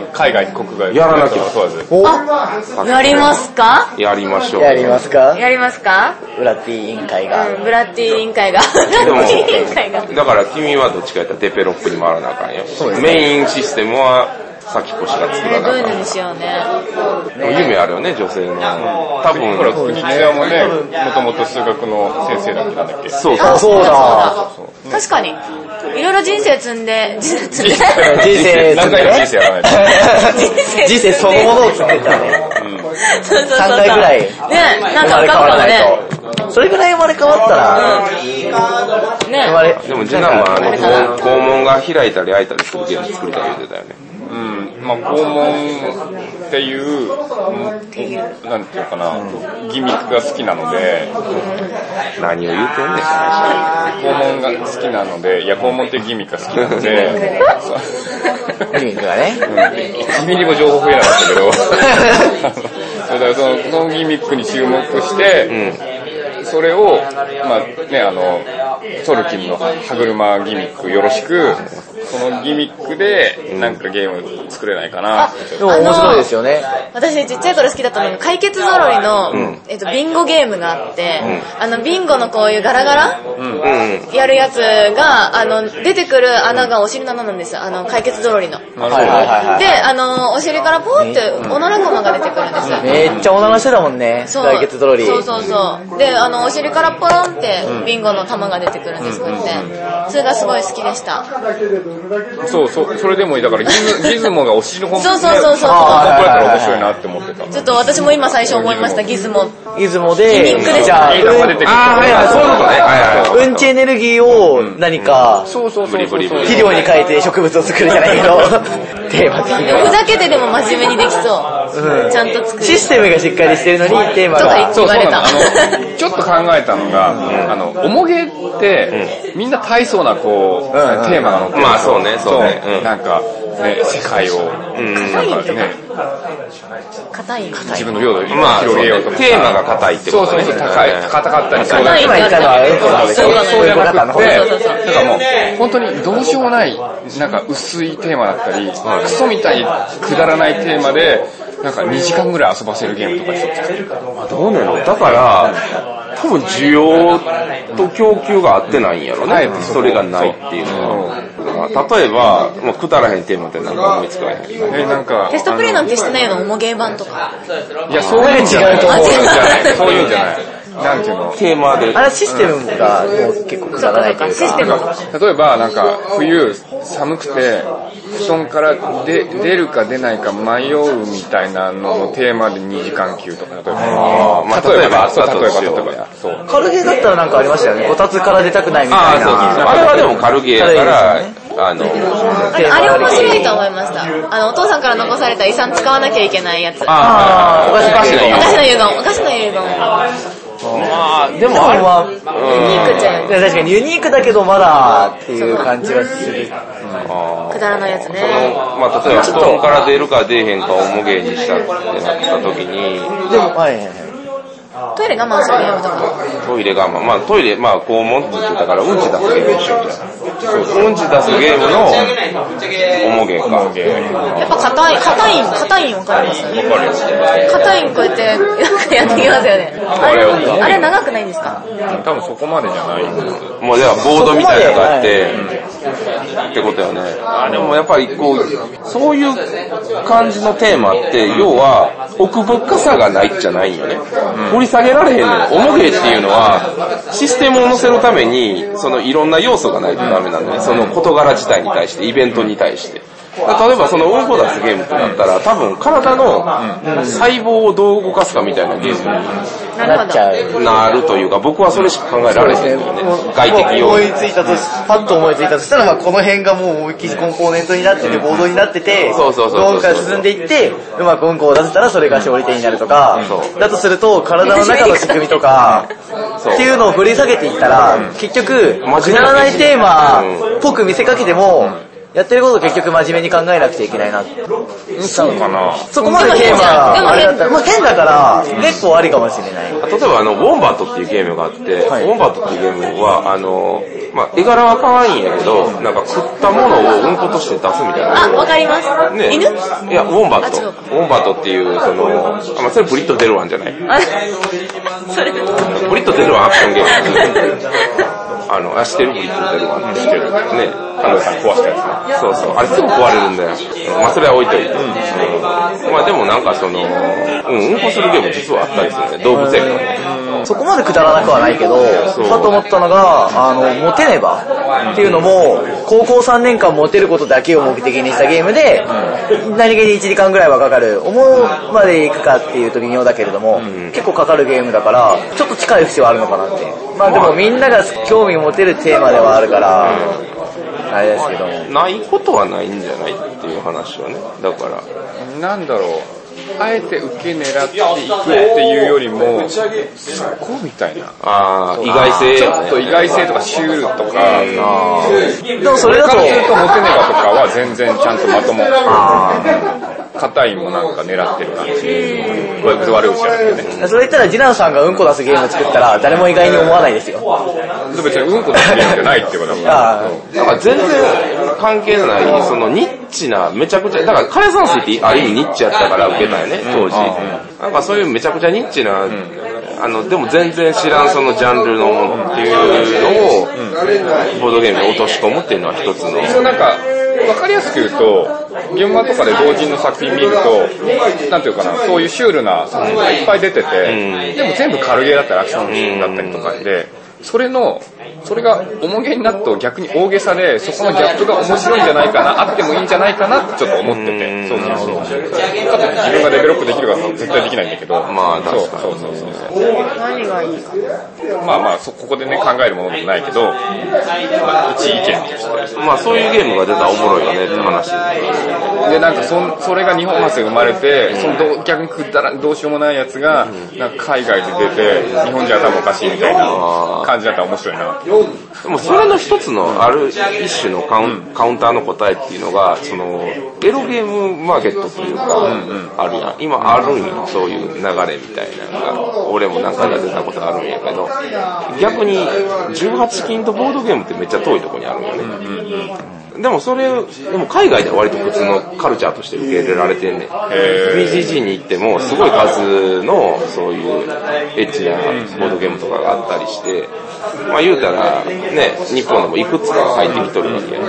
S5: ん海外、国外。
S2: やらなきゃ
S5: そうです。
S3: あ、やりますか
S2: やりましょう。
S1: やりますか
S3: やりますか
S1: 裏ティー委員会が。
S3: うん、ブラッディ委員会が。ブ
S2: でも
S3: ラッディ委員会が。
S2: [LAUGHS] だから君はどっちかやったらデベロップに回らなあかんよ。メインシステムは先越しが作ら
S3: ね、
S2: な
S3: どうい
S2: あ
S3: う
S2: か
S3: の
S2: ん。
S3: にしようね。
S2: でも夢あるよね、女性の。多分、
S5: ほら、国ニチアもね、もともと数学の先生だったんだっけ。
S2: そうそう。
S1: あ、そうだ。
S3: そうだ。確かに。いろいろ人生積んで、人生積んで。
S1: 人生、
S5: 何回か人生やらないと。
S1: 人生そのものを作ってたね。
S3: そうそうそう。
S1: 3回ぐらい
S3: ねなんか
S1: 生まれ
S3: わ
S1: 変
S3: か
S1: わ
S3: るからもね。
S1: ないと。それぐらい生まれ変わったら、
S3: ね
S1: 生まれ、
S2: でも次男はあ
S3: あれかな
S2: の、肛門が開いたり開いたりするゲーム作りたい言うてたよね。
S5: うん、まあ肛門っていう、うんなんていうかな、ギミックが好きなので、
S2: 何を言うてんねん。
S5: 肛門が好きなので、いや肛門っていうギミックが好きなので、
S1: リングがね。
S5: 1ミリも情報増えなかったけど、それだからそのそのギミックに注目して、それを、まあね、あの、トルキンの歯車ギミックよろしく、そのギミックでなんかゲーム作れないかなって
S1: でも面白いですよね。
S3: 私ちっちゃい頃好きだったのが解決ぞろいの、えっと、ビンゴゲームがあって、あの、ビンゴのこういうガラガラ、
S2: うん。
S3: やるやつが、あの、出てくる穴がお尻の穴なんですよ。あの、解決ぞろりの。
S5: なる
S1: はいはいはいはい。
S3: で、あの、お尻からポーって、おのらこまが出てくるんですよ。
S1: めっちゃおならしてたもんね。
S3: そう
S1: 大月ドロリ。
S3: そうそうそう。で、あの、お尻からポロンって、ビンゴの玉が出てくるんですけどね。それがすごい好きでした。
S5: そうそう、それでもいい。だ [LAUGHS] からギズ、ギズモがお尻の本
S3: そうそうそうそう。
S1: あ
S5: これやったら面白いなって思ってた。
S3: ちょっと私も今最初思いました、ギズモ。
S1: 出雲で
S3: ギミックです、ね
S1: じゃあ、
S5: いいのが出てくる。
S2: ああ、はいはい、そういうことね。はいはいはい。
S1: うんちエネルギーを何か、
S5: そうそうそうそ
S2: ブ
S5: う。
S2: リブリブリ
S1: 肥料に変えて植物を作るじゃないけど、 [LAUGHS] テーマ的に
S3: ふ
S1: は。
S3: ざけてでも真面目にできそう。ちゃんと作る。
S1: システムがしっかりしてるのに、テーマ
S3: とか言
S1: が
S3: っ。
S5: そうそうなの。あ
S3: 言われ
S5: の、ちょっと考えたのが、あの、おもげって、みんな大層なこう、テーマなの
S2: まあそうねそうねうん
S5: なんか、ね、世界を、なんかね、
S3: 硬い。
S5: 自分の領土を
S2: まあ、そう
S5: 広げようと
S2: ね
S5: か。
S2: テーマが硬いって
S5: そ
S2: こ
S5: う
S2: と
S5: そう
S2: ね。
S5: そう、高い、高かったりする。
S3: 硬い
S1: 今言ったのはうんこなんだけ
S5: そう
S1: ど、
S5: そうじゃなくて、
S1: そ
S5: な
S1: うんいうことだったの
S5: かもう、本当にどうしようもない、なんか薄いテーマだったり、クソみたいにくだらないテーマで、なんか2時間ぐらい遊ばせるゲームとか一つ作る
S2: どうなのだから、多分需要と供給が合ってないんやろね。
S5: はい
S2: それがないっていうのは。だから例えば、もうくだらへんテーマってなんか思いつかへん。
S5: え、なんか、
S3: テストプレイなんてしてないような重ゲー版とか。
S5: いや、そういうんじゃな
S1: 違
S5: い。
S1: うと思う
S5: そういうんじゃない。そういうんじゃない。なんていうの。
S2: テーマで。
S1: あれシステムがもう結構くだらないというか。
S3: システムとか。
S5: 例えば、なんか、冬、寒くて、布団からで出るか出ないか迷うみたいなののテーマで2時間級とか、例えば。
S2: あーまあ例えば
S5: そう、例えば、
S2: そう
S5: 例えば。そう。
S1: 軽ゲーだったらなんかありましたよね。こたつから出たくないみ
S2: あ
S1: た
S2: あ、
S1: い
S2: そうそうそう。
S1: な。
S2: あれはでも軽ゲーやから、あの、
S3: あれ面白いと思いました。あの、お父さんから残された遺産使わなきゃいけないやつ。おか
S2: あ
S1: あーおかしい
S2: おか
S3: しな遺言、おかしな遺言。
S2: まあ、で
S1: でも
S2: も
S1: あ
S2: あ
S1: れ
S2: れは、
S1: は、
S3: ユニークじゃん。
S1: 確かにユニークだけどまだっていう感じはする。
S2: あー
S3: くだらないやつね
S2: その、まあ例えば、布団から出るか出えへんかをもげにしたってなった時に、
S1: でも、はいはいはい。
S3: トイレ我慢するゲームとか。
S2: トイレが、まあ、まあ、トイレ、まあ、肛門って言ってたから、うんち出すゲームにしようじゃん。うんち出すゲームの、重げか。重
S3: やっぱ硬い、硬い、硬いんわかります硬いんこうやって、やってきますよね。あれ、あれ長くないんですか
S5: 多分そこまでじゃない
S2: もうではボードみたいなのがあって、ってことよね。あ、でもやっぱりこう、そういう感じのテーマって、要は、奥深さがないじゃないよね。掘り下げられへんのよ。重げっていうのは、システムを乗せるために、そのいろんな要素がないとダメなんだよね。その事柄自体に対して、イベントに対して。だから例えばそのうんこ出すゲームってなったら、多分体の細胞をどう動かすかみたいなゲームに
S3: なる
S6: な
S3: ほ
S6: っちゃ
S3: ど。
S6: う。
S2: なるというか、僕はそれしか考えられへんけどね。外的要
S1: 思
S2: 因
S1: い。ついたとし、パッと思いついたとしたら、まあこの辺がもう思いっきりコンポーネントになってて、ボードになってて、
S2: そうそうそうそう
S1: どんから進んでいって、うまくうんこを出せたらそれが勝利点になるとか、だとすると体の中の仕組みとか、
S2: そう
S1: っていうのを振り下げていったら、結局、
S2: 真面目な
S1: くだらないテーマ
S2: う
S1: っぽく見せかけても、やってることを結局真面目に考えなくちゃいけないなって。
S5: そうかな
S1: そこまでテーマ
S3: でも
S1: があれだったら、
S3: 変
S1: まあ変だから、結構ありかもしれない。
S2: 例えばあの、ウォンバットっていうゲームがあって、ウォンバットっていうゲームは、あの、まあ、絵柄は可愛いんやけど、なんか食ったものをうんことして出すみたいな。
S3: あ、わかります。
S2: ね、
S3: 犬
S2: いや、ウォンバッ
S3: あ違
S2: ト。
S3: う
S2: ウォンバットっていう、その、あまあ、それブリット出るワンじゃない。
S3: あそれで。
S2: ブリット出るワンアクションゲー
S3: [LAUGHS]
S2: ム。あの、あ、知ってるブリット出るワン。知ってる。ね、あのさ、壊したやつなそうそう。あれすぐ壊れるんだよ。まあ、それは置いといて。うんまあ、でもなんかその、うん、うんこするゲーム実はあったりするね。動物園の。
S1: そこまでくだらなくはないけど、
S2: そう
S1: パッと思ったのが、あの、モテねばっていうのも、高校3年間モテることだけを目的にしたゲームで、何気に1時間ぐらいはかかる、思うまでいくかっていうと微妙だけれども、結構かかるゲームだから、ちょっと近い節はあるのかなって。まあでもみんなが興味持てるテーマではあるから、あれですけども。
S2: ないことはないんじゃないっていう話はね。だから、
S5: なんだろう、あえて受け狙っていくっていうよりも、そこみたいな。
S2: ああ、意外性
S5: ち
S2: よ
S5: ょっ
S2: ね。
S5: と意外性とかシュールとか、
S1: でもそれだ
S5: か
S1: と
S5: ら、ずっとモテネバとかは全然ちゃんとまとも。硬いもなんか狙ってる感じ。これ別に悪口じゃなくてね。
S1: それ言ったらジランさんがうんこ出すゲーム作
S2: [LAUGHS]
S1: ったら、誰も意外に思わないですよ。
S5: 別にうんこ出すゲームじゃないってことだもんね。
S1: あー
S2: なんか全然関係のない、そのニッチな、めちゃくちゃ、だから枯山水ってある意味ニッチやったから受けたよね、当時。なんかそういうめちゃくちゃニッチな、あの、でも全然知らんそのジャンルのものっていうのを、ボードゲームに落とし込むっていうのは一つの。
S5: そうなんか、わかりやすく言うと、現場とかで同人の作品見ると、なんていうかな、そういうシュールな作品がいっぱい出てて、でも全部軽ゲーだったりアクションだったりとかで、それの、それが重げになると逆に大げさで、そこのギャップが面白いんじゃないかな、あってもいいんじゃないかなってちょっと思ってて、そうそうそう。かといって自分がデベロップできるかって絶対できないんだけど、
S2: まあ確かに
S5: そうそうそうそう。
S3: 何がいいか。
S5: まあまあ、そここでね、考えるものでもないけど、一意見として。
S2: まあそういうゲームが出たらおもろいよねって話。
S5: で、なんかそん、それが日本発で生まれて、そのど逆にくだらどうしようもないやつが、なんか海外で出て、日本じゃ頭おかしいみたいな感じだったら面白いな。
S2: でもそれの一つの、ある一種のカウン,、カウンターの答えっていうのが、その、エロゲームマーケットというか、あるやん。今あるんよ、そういう流れみたいなのが。俺も何回か出たことあるんやけど、逆に18金とボードゲームってめっちゃ遠いとこにあるんよね。でもそれ、でも海外では割と普通のカルチャーとして受け入れられてんねん。BGG に行ってもすごい数のそういうエッチなボードゲームとかがあったりして、まあ言うたらね、日本でもいくつか入ってきとるわけやね。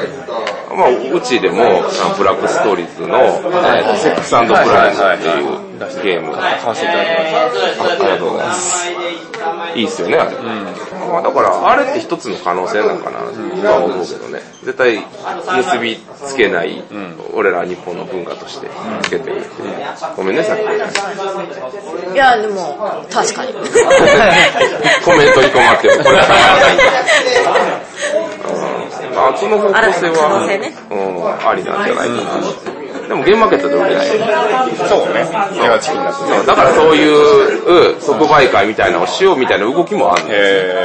S2: まあうちでもあのブラックストーリーズのえーセックスプライズっていうゲーム。ありがとうございます。いいっすよね、あれ。まあだから、あれって一つの可能性なのかな、とは思うけどね。絶対、結びつけない、俺ら日本の文化として、つけてるっていう。ごめんね、さっき。
S3: [LAUGHS] いや、でも、確かに。 [LAUGHS]
S2: コメントに困ってる。これはあ、その方向性
S3: 新たな可能性ね
S2: は、うん、ありなんじゃないかな。でも、ゲームマーケットで売れないよね。
S5: そうね。18金だとね。
S2: だからそういう、うん即売会みたいなのをしようみたいな動きもあるんです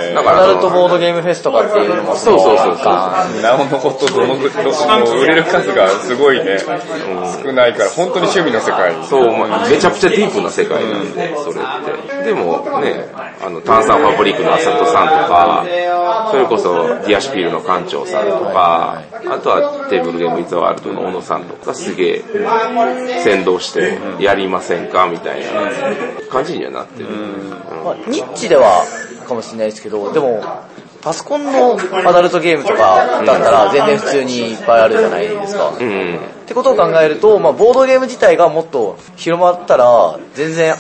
S5: え
S2: だか
S1: ア
S2: ら
S1: ダ
S2: そ
S1: ル
S2: の、
S1: トボードゲームフェスとかっていうのも
S2: そうそうそうそう。
S5: ー、なおのことどのくらい、売れる数がすごいね、少ないから、本当に趣味の世界。
S2: そう、まあめちゃくちゃディープな世界なんで、それって。でもね、あの、炭酸ファブリックのアサトさんとか、それこそディアシピールの館長さんとか、あとはテーブルゲームイズワールドの小野さんとかすげえ先導してやりませんかみたいな感じにはなってる。
S1: まあ、ニッチではかもしれないですけど、でも、パソコンのアダルトゲームとかだったら全然普通にいっぱいあるじゃないですか。
S2: う
S1: っ
S2: ん。
S1: てことを考えると、まあ、ボードゲーム自体がもっと広まったら、全然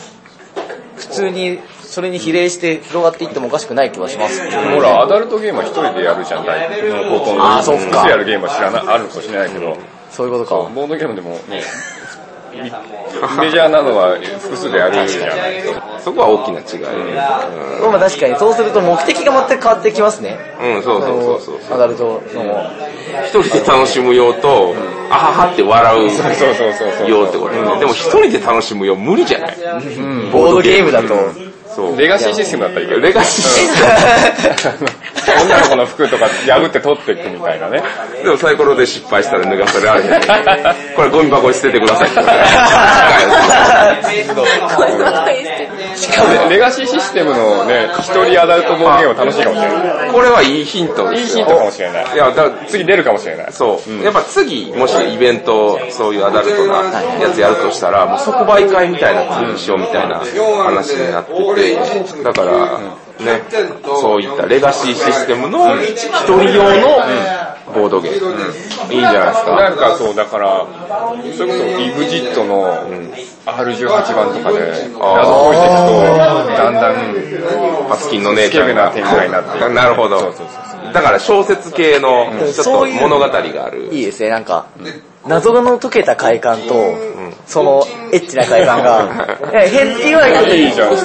S1: 普通にそれに比例して広がっていってもおかしくない気はしますけどね
S5: ほら、アダルトゲームは一人でやるじゃない。ほとんど。
S1: あーそっか
S5: 複数やるゲームは知らない、あるかもしれないけど、
S1: そういうことか。
S5: ボードゲームでも
S1: [LAUGHS]
S5: ね、メジャーなのは複数でやるじゃないですか。
S2: そこは大きな違い。
S1: まあ確かにそうすると目的が全く変わってきますね。
S2: うん、うんそうそうそうそう。
S1: アダルトの。
S2: 一人で楽しむ用と、あははって笑
S5: そうそうそうそう
S2: う用ってことね。でも一人で楽しむ用無理じゃない
S1: ボードゲームだと。
S2: そう。
S5: レガシーシステムだったらいいけど、
S2: レガシーシステム
S5: 女の子の服とか破って取っていくみたいなね。
S2: でもサイコロで失敗したら脱がされあるじゃないこれゴミ箱に捨ててくださいって言われて
S1: しかも、
S5: レガシーシステムのね、一人アダルトボードゲームは楽しいかもしれない。
S2: これはいいヒントで
S5: いい
S2: す
S5: ヒン
S2: よ。
S5: トかもしれない。
S2: いや、だ
S5: 次出るかもしれない。
S2: そう、やっぱ次、もしイベント、そういうアダルトなやつやるとしたら、もう即売会みたいな風にしようみたいな話になってて、だから、ね、そういったレガシーシステムの一人用のボードゲーム。いいんじゃないですか。
S5: なんかそう、だから、それこそ EXIT の R18 番とかで、謎解いていくと、だんだん、
S2: パツキンの姉ちゃん
S5: スケベな展開になってる
S2: [LAUGHS] なるほど。だから小説系の、ちょっと物語がある。
S1: いいですね、なんか、謎の解けた快感と、その、エッチな快感が、いや変って言わなくていい。
S5: じゃあちょっ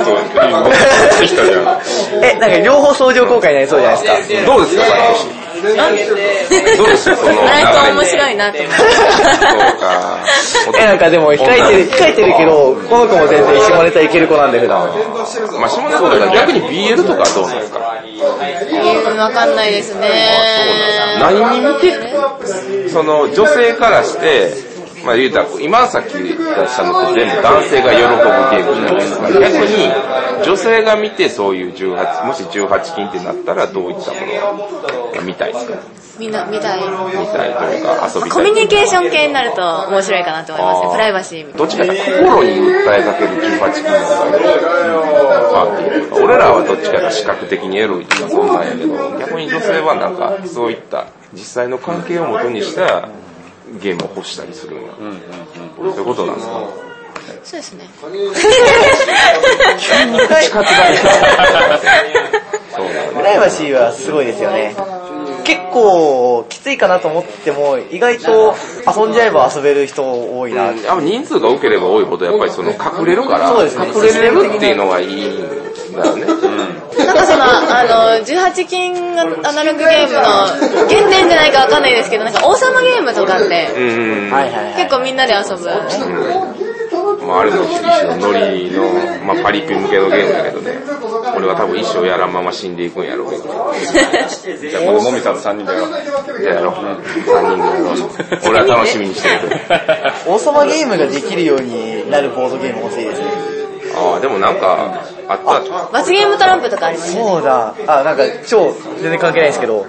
S5: と、いい人じゃん。
S1: え、なんか両方相乗効果になりそうじゃないですか。
S2: どうですか、高橋どうでしたその流れ
S3: なんか面白いなと思って。
S2: [LAUGHS] そうか。
S1: え、なんかでも控えてる、控えてるけど、この子も全然下ネタいける子なんで普段。
S2: まあ、下ネタだから逆に BL とかはどうなんですか
S3: うんわかんないですね。
S2: 何に見て、その女性からして、まあ言うたら、今さっき出したのと全部男性が喜ぶゲームじゃないですか。逆に、女性が見てそういう18、もし18禁ってなったらどういったものが見たいですか
S3: みんな見たい。
S2: 見たいというか、遊び
S3: コ
S2: た
S3: ミュ
S2: い。
S3: ニケーション系になると面白いかなと思いますね。プライバシーみたい
S2: どっちかというと心に訴えかける18禁のパーティーとか、俺らはどっちかが視覚的にエロいとかそんなんやけど、逆に女性はなんかそういった実際の関係をもとにしたゲームを欲したりするんや。そういうことなんですか
S3: な。そうですね。
S1: [LAUGHS]
S2: そうなん
S1: プライバシーはすごいですよね。結構、きついかなと思っても、意外と遊んじゃえば遊べる人多いな。
S2: やっぱ人数が多ければ多いほどやっぱりその隠れるから、
S1: そうですね
S2: 隠れれるっていうのがいいんだよね。
S3: [LAUGHS] なんかその、あの、18金がアナログゲームの原点じゃないかわかんないですけど、なんか王様ゲームとかって
S2: うん。
S1: はいはいはい。
S3: 結構みんなで遊ぶ。 [LAUGHS]
S2: まああれも一種のノリの、まあパリピ向けのゲームだけどね。俺は多分一生やらんまま死んでいくんやろうけど。
S5: じゃあ、このもみさんと3人でやろう。
S2: じゃあやろう。3人でやろう。俺は楽しみにしてるけ
S5: [LAUGHS]
S2: ど。
S1: 王様ゲームができるようになるボードゲーム欲しいですね。
S2: ああ、でもなんか、あった。
S3: 罰ゲームトランプとかありますよね。
S1: そうだ。あ、なんか、超、全然関係ないですけど、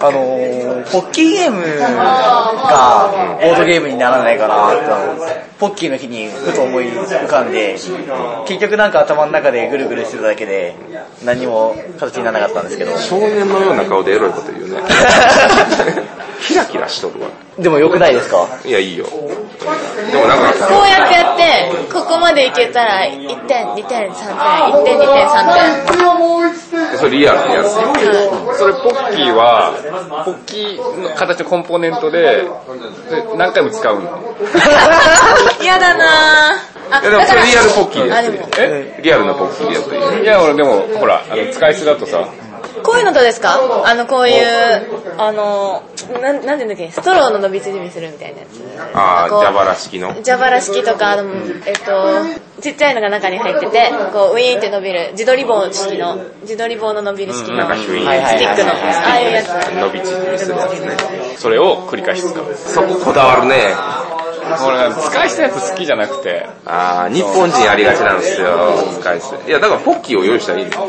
S1: あのー、ポッキーゲームが、ボードゲームにならないかなって、ポッキーの日にふと思い浮かんで、結局なんか頭の中でぐるぐるしてただけで、何にも形にならなかったんですけ [LAUGHS] ど、
S2: 少年のような顔でエロいこと言うね。キラキラしとるわ。
S1: でも良くないですか
S2: いや、いいよ。でもなん
S3: こう
S2: か、
S3: やってやって、ここまでいけたら、1点、2点、3点、1点、2点、3点。
S2: それリアルなやつ。
S5: それポッキーは、ポッキーの形のコンポーネントで、で何回も使うの。
S3: 嫌だなぁ。あ、
S2: いやでもそれリアルポッキー
S3: あ、
S2: で
S3: ですも
S2: よ。。えリアルなポッキーでやつ
S5: いや、俺でも、ほら、あの、使い捨てだとさ、
S3: こういうのどうですかあの、こういう、あの、なん、なんていうんだっけ、ストローの伸び縮みするみたいなやつ。
S2: ああ、
S3: こう
S2: 蛇腹式の。
S3: 蛇腹式とか、あの、えっと、ちっちゃいのが中に入ってて、こう、ウィーンって伸びる、自撮り棒式の、自撮り棒の伸びる式の、
S2: なんかヒュイ
S1: はい
S2: ー
S1: は
S2: ン
S3: ス
S1: い
S3: ティックの、ああいうやつ。
S2: 伸び縮みするやつね。
S5: それを繰り返し使う。
S2: そここだわるね。
S5: 俺、使いしたやつ好きじゃなくて。
S2: ああ、日本人ありがちなんですよ、使い捨て。いや、だからポッキーを用意したらいいんですよ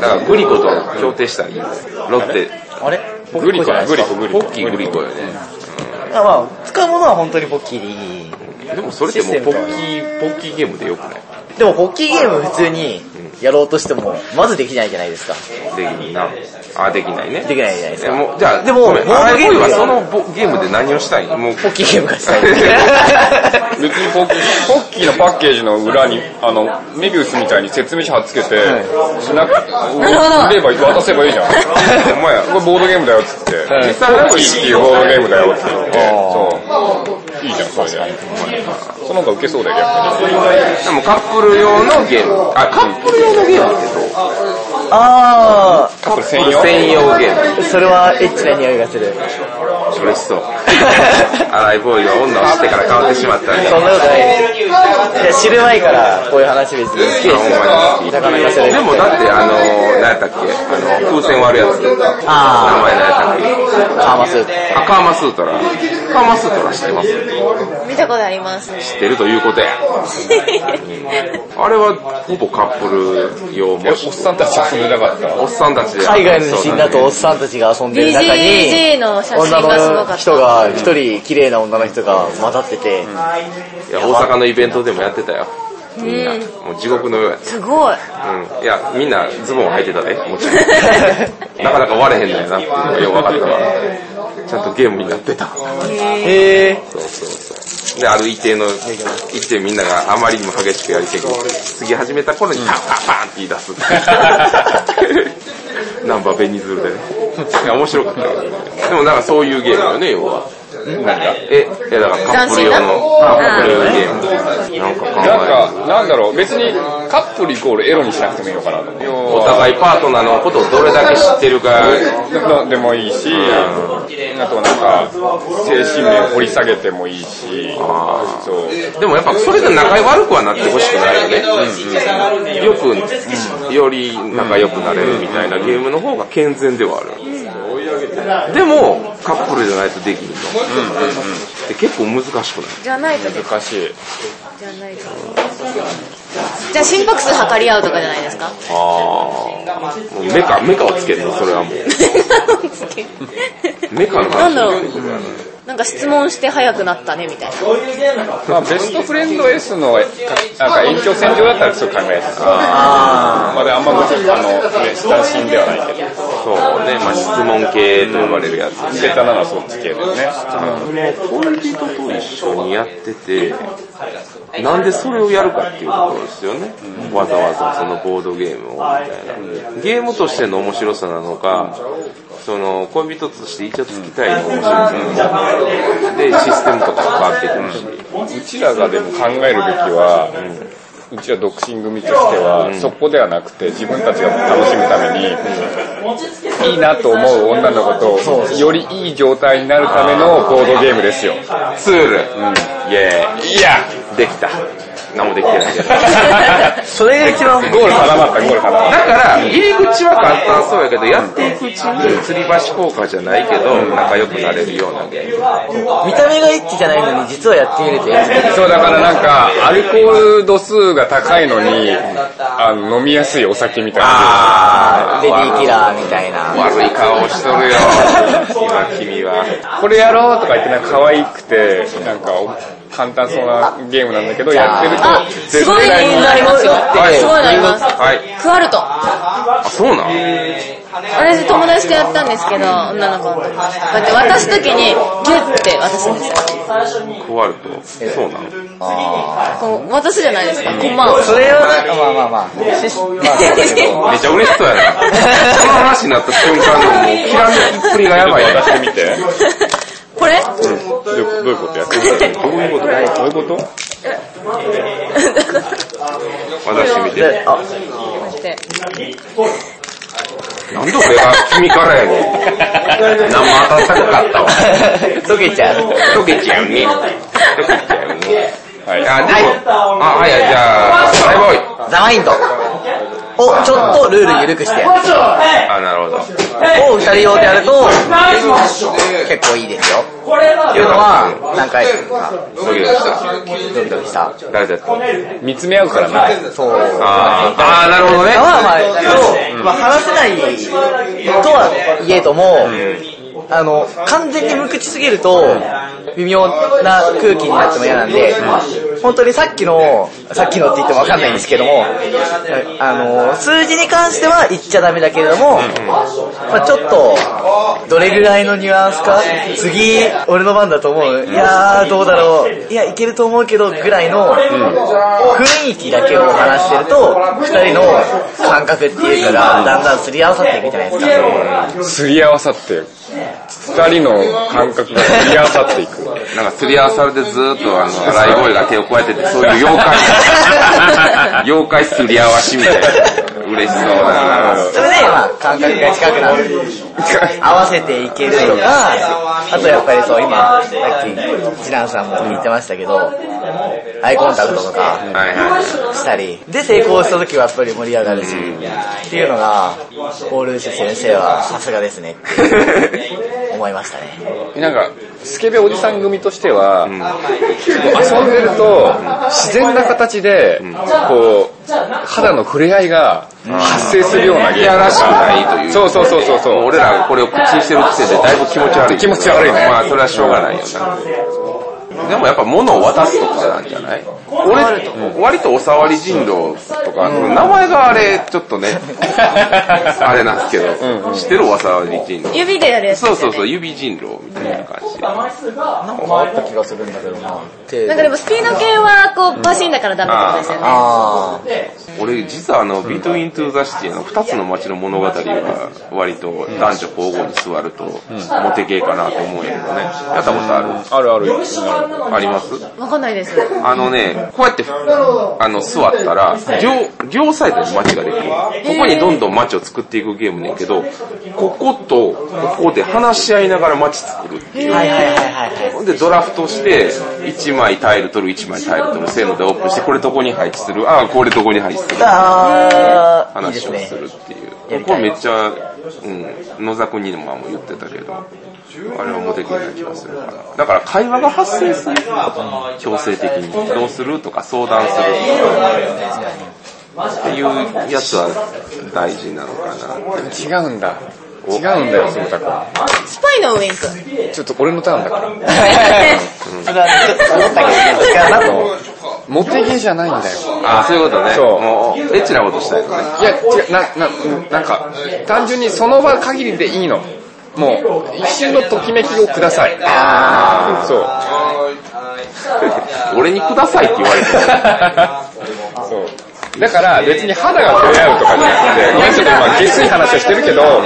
S2: だからグリコと協定したらいいんですよロッテ。
S1: あれ
S5: グリコだ、グリコ、グリコ。
S2: ポッキーグリコよね。
S1: あまあ、使うものは本当にポッキーでいい。
S2: でもそれってもうポッキー、ポッキーゲームでよくない
S1: でもポッキーゲーム普通にやろうとしても、まずできないじゃない
S2: [LAUGHS]
S1: ですか。
S2: できないな。あー、できないね。
S1: できないじゃないです
S2: いや
S1: か。
S2: もうじゃあ、
S1: でも
S2: ごめん
S1: ボー
S2: あ
S1: ド
S2: れ
S1: ゲーム
S2: はそのボゲームで何をしたいもうポ
S1: ポ
S2: ッ
S1: ッキーゲームがしたい。
S2: [LAUGHS]
S5: 別にポッキー、ポッキーのパッケージの裏に、あの、メビウスみたいに説明書貼っつけて、しなく、売ればいい、渡せばい
S1: [LAUGHS]
S5: いじゃん。お前、これボードゲームだよっつって。実際のポッキーっていうボードゲームだよっつって。そう。いいじゃん、それで。その方がウケそうだよ、逆に。
S2: でもカップル用のゲーム。あ、カップル用のゲームってどう
S1: あ
S5: カップル
S2: カ
S5: 専
S2: ップル
S5: 用
S2: 専用ゲーム。
S1: ー、それはエッチな匂いが
S2: [LAUGHS]
S1: する。
S2: 嬉しそう。アライボーイが女を知ってから変わってしまったんで。
S1: そんなことない。いや、知る前からこういう話別に好きですよ。なかなかそれ。
S2: でもだってあの、何やったっけあの、風船割るやつ。名前何やったっけ
S1: カーマスープ。
S2: あ、カーマスートラ。カーマスートラ知ってます
S3: 見たことあります。
S2: 知ってるということや。あれはほぼカップル用もし
S5: おっさんたちはそれなかった。
S2: おっさんたちで
S1: 海外の地震だとおっさんたちが遊んでる中に、
S3: BGG の写真がすご
S1: 女
S3: か
S1: の
S3: っ
S1: 人
S3: た。
S1: が、一人綺麗な女の人が混ざってて、
S2: いや、大阪のイベントでもやってたよ。みんな。もう地獄のようやっ
S3: すごい。
S2: た。うん。いや、みんなズボン履いてたで、もちろん。なかなか割れへんのやなっていうのがよくわかったから。ちゃんとゲームになってた。
S1: へ
S2: [LAUGHS]
S1: ー、
S2: そうそうそう。で、ある一定の、一定みんながあまりにも激しくやりすぎ、すぎ始めた頃にパンパンパンって言い出す。 [LAUGHS] ナンバーベニズルでね。いや、面白かったよ。でもなんかそういうゲームよね、要は。なんか、え、え、だからカップル用の、カップル用のゲーム。なんか考
S5: なん
S2: え
S5: か、なんだろう、別にカップルイコールエロにしなくてもいいのかなと思って。
S2: お互いパートナーのことをどれだけ知ってるか、
S5: なでもいいし、あとなんか、精神面掘り下げてもいいし、そう。
S2: でもやっぱそれで仲悪くはなってほしくないよね。よく、より仲良くなれるみたいなゲームの方が健全ではある。でも、カップルじゃないとできると。で結構難しくない
S3: じゃないとで
S5: 難しい。
S3: じゃないと。じゃあ心拍数測り合うとかじゃないですか [LAUGHS]
S2: あーもうメカ、メカをつけるの、それはもう。メカの
S3: なん
S2: 話。
S3: だろう。なんか質問して早くなったねみたいな。
S5: まあ、ベストフレンド S の、なんか延長線上だったらそう考えた。まだあんま、あの、ね、親しんではないけど。
S2: そうね、まあ質問系と呼ばれるやつ。
S5: ベタなのはそっち系だよね。
S2: 恋人と一緒にやってて、なんでそれをやるかっていうところですよね。わざわざそのボードゲームをみたいな。ゲームとしての面白さなのか、その恋人として一応つきたいの面白さなのか、で、システムとかも変わってくるし。
S5: うちらがでも考えるべきは、うちら独身組としては、そこではなくて自分たちが楽しむために、いいなと思う女の子と、よりいい状態になるためのボードゲームですよ。
S2: ツール、イェーイ。いやできた。何もできてないけど。
S1: それが一番
S5: ゴール定まった、ゴール定まった。
S2: だから、入り口は簡単そうやけど、やっていくうちに吊り橋効果じゃないけど、仲良くなれるようなゲーム。
S1: 見た目がエッチじゃないのに実はやってみるとエッチ
S5: そうだからなんか、アルコール度数が高いのに、あの飲みやすいお酒みたいな。
S2: あ
S1: レディーキラーみたい [LAUGHS] な。
S2: 悪い顔しとるよ。今君は。
S5: これやろうとか言ってなんか可愛くて、なんか簡単そうなゲームなんだけど、やってると
S3: あ、、す
S5: 絶
S3: ごい
S5: 対
S3: ね、なりますよ。すごいなります。
S2: はい。
S3: クワルト。
S2: あ、そうなの
S3: 私友達とやったんですけど、女の子の友達と。こうやって渡すときに、ギュッて渡すんですよ。
S2: 壊ると。そうなの
S3: こう、渡すじゃないですか、コマを。
S1: それはなんかまあまあまあ、シスまあそうだけど、
S2: めっちゃ嬉しそうやな。この話になった瞬間のもう、きらめきっぷりがやばいな。
S5: 出してみて。
S3: [LAUGHS] これ [LAUGHS]
S5: どういうどういうことやってるどういうことどういうこと
S2: 私見て。
S1: で [LAUGHS] あ、
S3: こうやって。
S2: なんで俺が君からやねん。何も当たったかったわ。
S1: 溶けちゃう。
S2: 溶けちゃうね。溶けちゃうね。
S5: はい。
S2: あ、でも、あ、はい、じゃあ、バイボイ。
S1: ザマインド。をちょっとルール緩くしてやる。
S2: あ、なるほど。
S1: を二人用でやると、結構いいですよ。っていうのは、何回か
S2: ドキドキした。
S1: ドキドキした。
S2: 誰だった
S5: 見つめ合うからな。
S1: そう。
S2: あーあー、なるほどね。
S1: まあまあ、だけど、まあ話せないとは言えとも、あの、完全に無口すぎると、微妙な空気になっても嫌なんで、本当にさっきの、さっきのって言ってもわかんないんですけども、あの、数字に関しては言っちゃダメだけれども、まあちょっと、どれぐらいのニュアンスか、次、俺の番だと思う。いやー、どうだろう。いや、いけると思うけど、ぐらいの、雰囲気だけを話してると、二人の感覚っていうのが、だんだんすり合わさっていくじゃないですか。
S5: すり合わさって、二人の感覚がすり合わさっていく。
S2: なんかすり合わされてずーっとあの、笑い声が手をこうやってて、そういう妖
S5: [LAUGHS]
S2: 怪、妖怪すり合わしみたいな。嬉しそうだな。
S1: それで、まあ、感覚が近くなる。合わせていけるとか、あとやっぱりそう、今、さっき、次男さんも言ってましたけど、アイコンタクトとか、
S2: はいは
S1: したり、で成功した時はやっぱり盛り上がるし、っていうのが、オールシュ先生はさすがですね、って [LAUGHS] 思いましたね。
S2: い。なんか、
S5: スケベおじさん組としては、
S2: うん
S5: 遊んでると、自然な形で、こう、肌の触れ合いが発生するようなゲーム。
S2: いやらしくないという
S5: そうそうそうそうそう。
S2: 俺らがこれを口にしてる時点でだいぶ気持ち悪い。
S5: 気持ち悪いね
S2: まあ、それはしょうがないよな。でもやっぱ物を渡すとかなんじゃない俺、割とおさわり人道とか、その名前があれ、ちょっと [LAUGHS] ね、あれなんですけど、知ってるおさわり人道。
S3: 指でやるやつ
S2: そうそうそう、指人狼みたいな感じで。
S1: あった気がするんだけどな。て
S3: なんかでもスピード系はこうバシンだからダメってことですよね。
S1: あ
S2: 俺実はあの、ビートイントゥーザシティの二つの街の物語は割と男女交互に座るとモテゲーかなと思うんやけどね。やったことある
S5: あるある。
S2: あります
S3: わかんないです。
S2: あのね、こうやって、あの、座ったら、両、両サイドに街ができる。ここにどんどん街を作っていくゲームねんけど、ここと、ここで話し合いながら街作るっていう。
S1: あ。はいはいはいはい。
S2: ほんでドラフトして、1枚タイル取る、1枚タイル取る、せーのでオープンして、これどこに配置する、ああ、これどこに配置する。
S1: ああ、いいで
S2: 話
S1: す
S2: を
S1: ね
S2: す。るっていう。
S1: やり
S2: こ
S1: たい
S2: れめっちゃ、うん、野沢君にも言ってたけど、あれはモテ的な気がするから。だから会話が発生する強制的に。どうするとか相談するとか。っていうやつは大事なのかな。
S5: 違うんだ。違うんだよ、そのタコ。
S3: スパイのウィンク。
S5: ちょっと俺のターンだから。
S1: それはちょっと思ったけど、違うなと思う。
S5: モテゲーじゃないんだよ。
S2: ああ、そういうことね。
S5: そう
S2: もう、エッチなことしたいのね。 [LAUGHS]
S5: いや、違う、な、な、うんなんか、単純にその場限りでいいの。もう、一瞬のときめきをください。そう。
S2: 俺にくださいって言われてる。
S5: そう。だから別に肌が触れ合うとかじゃなくて、ごめんちょっと今下水話をしてるけど、もう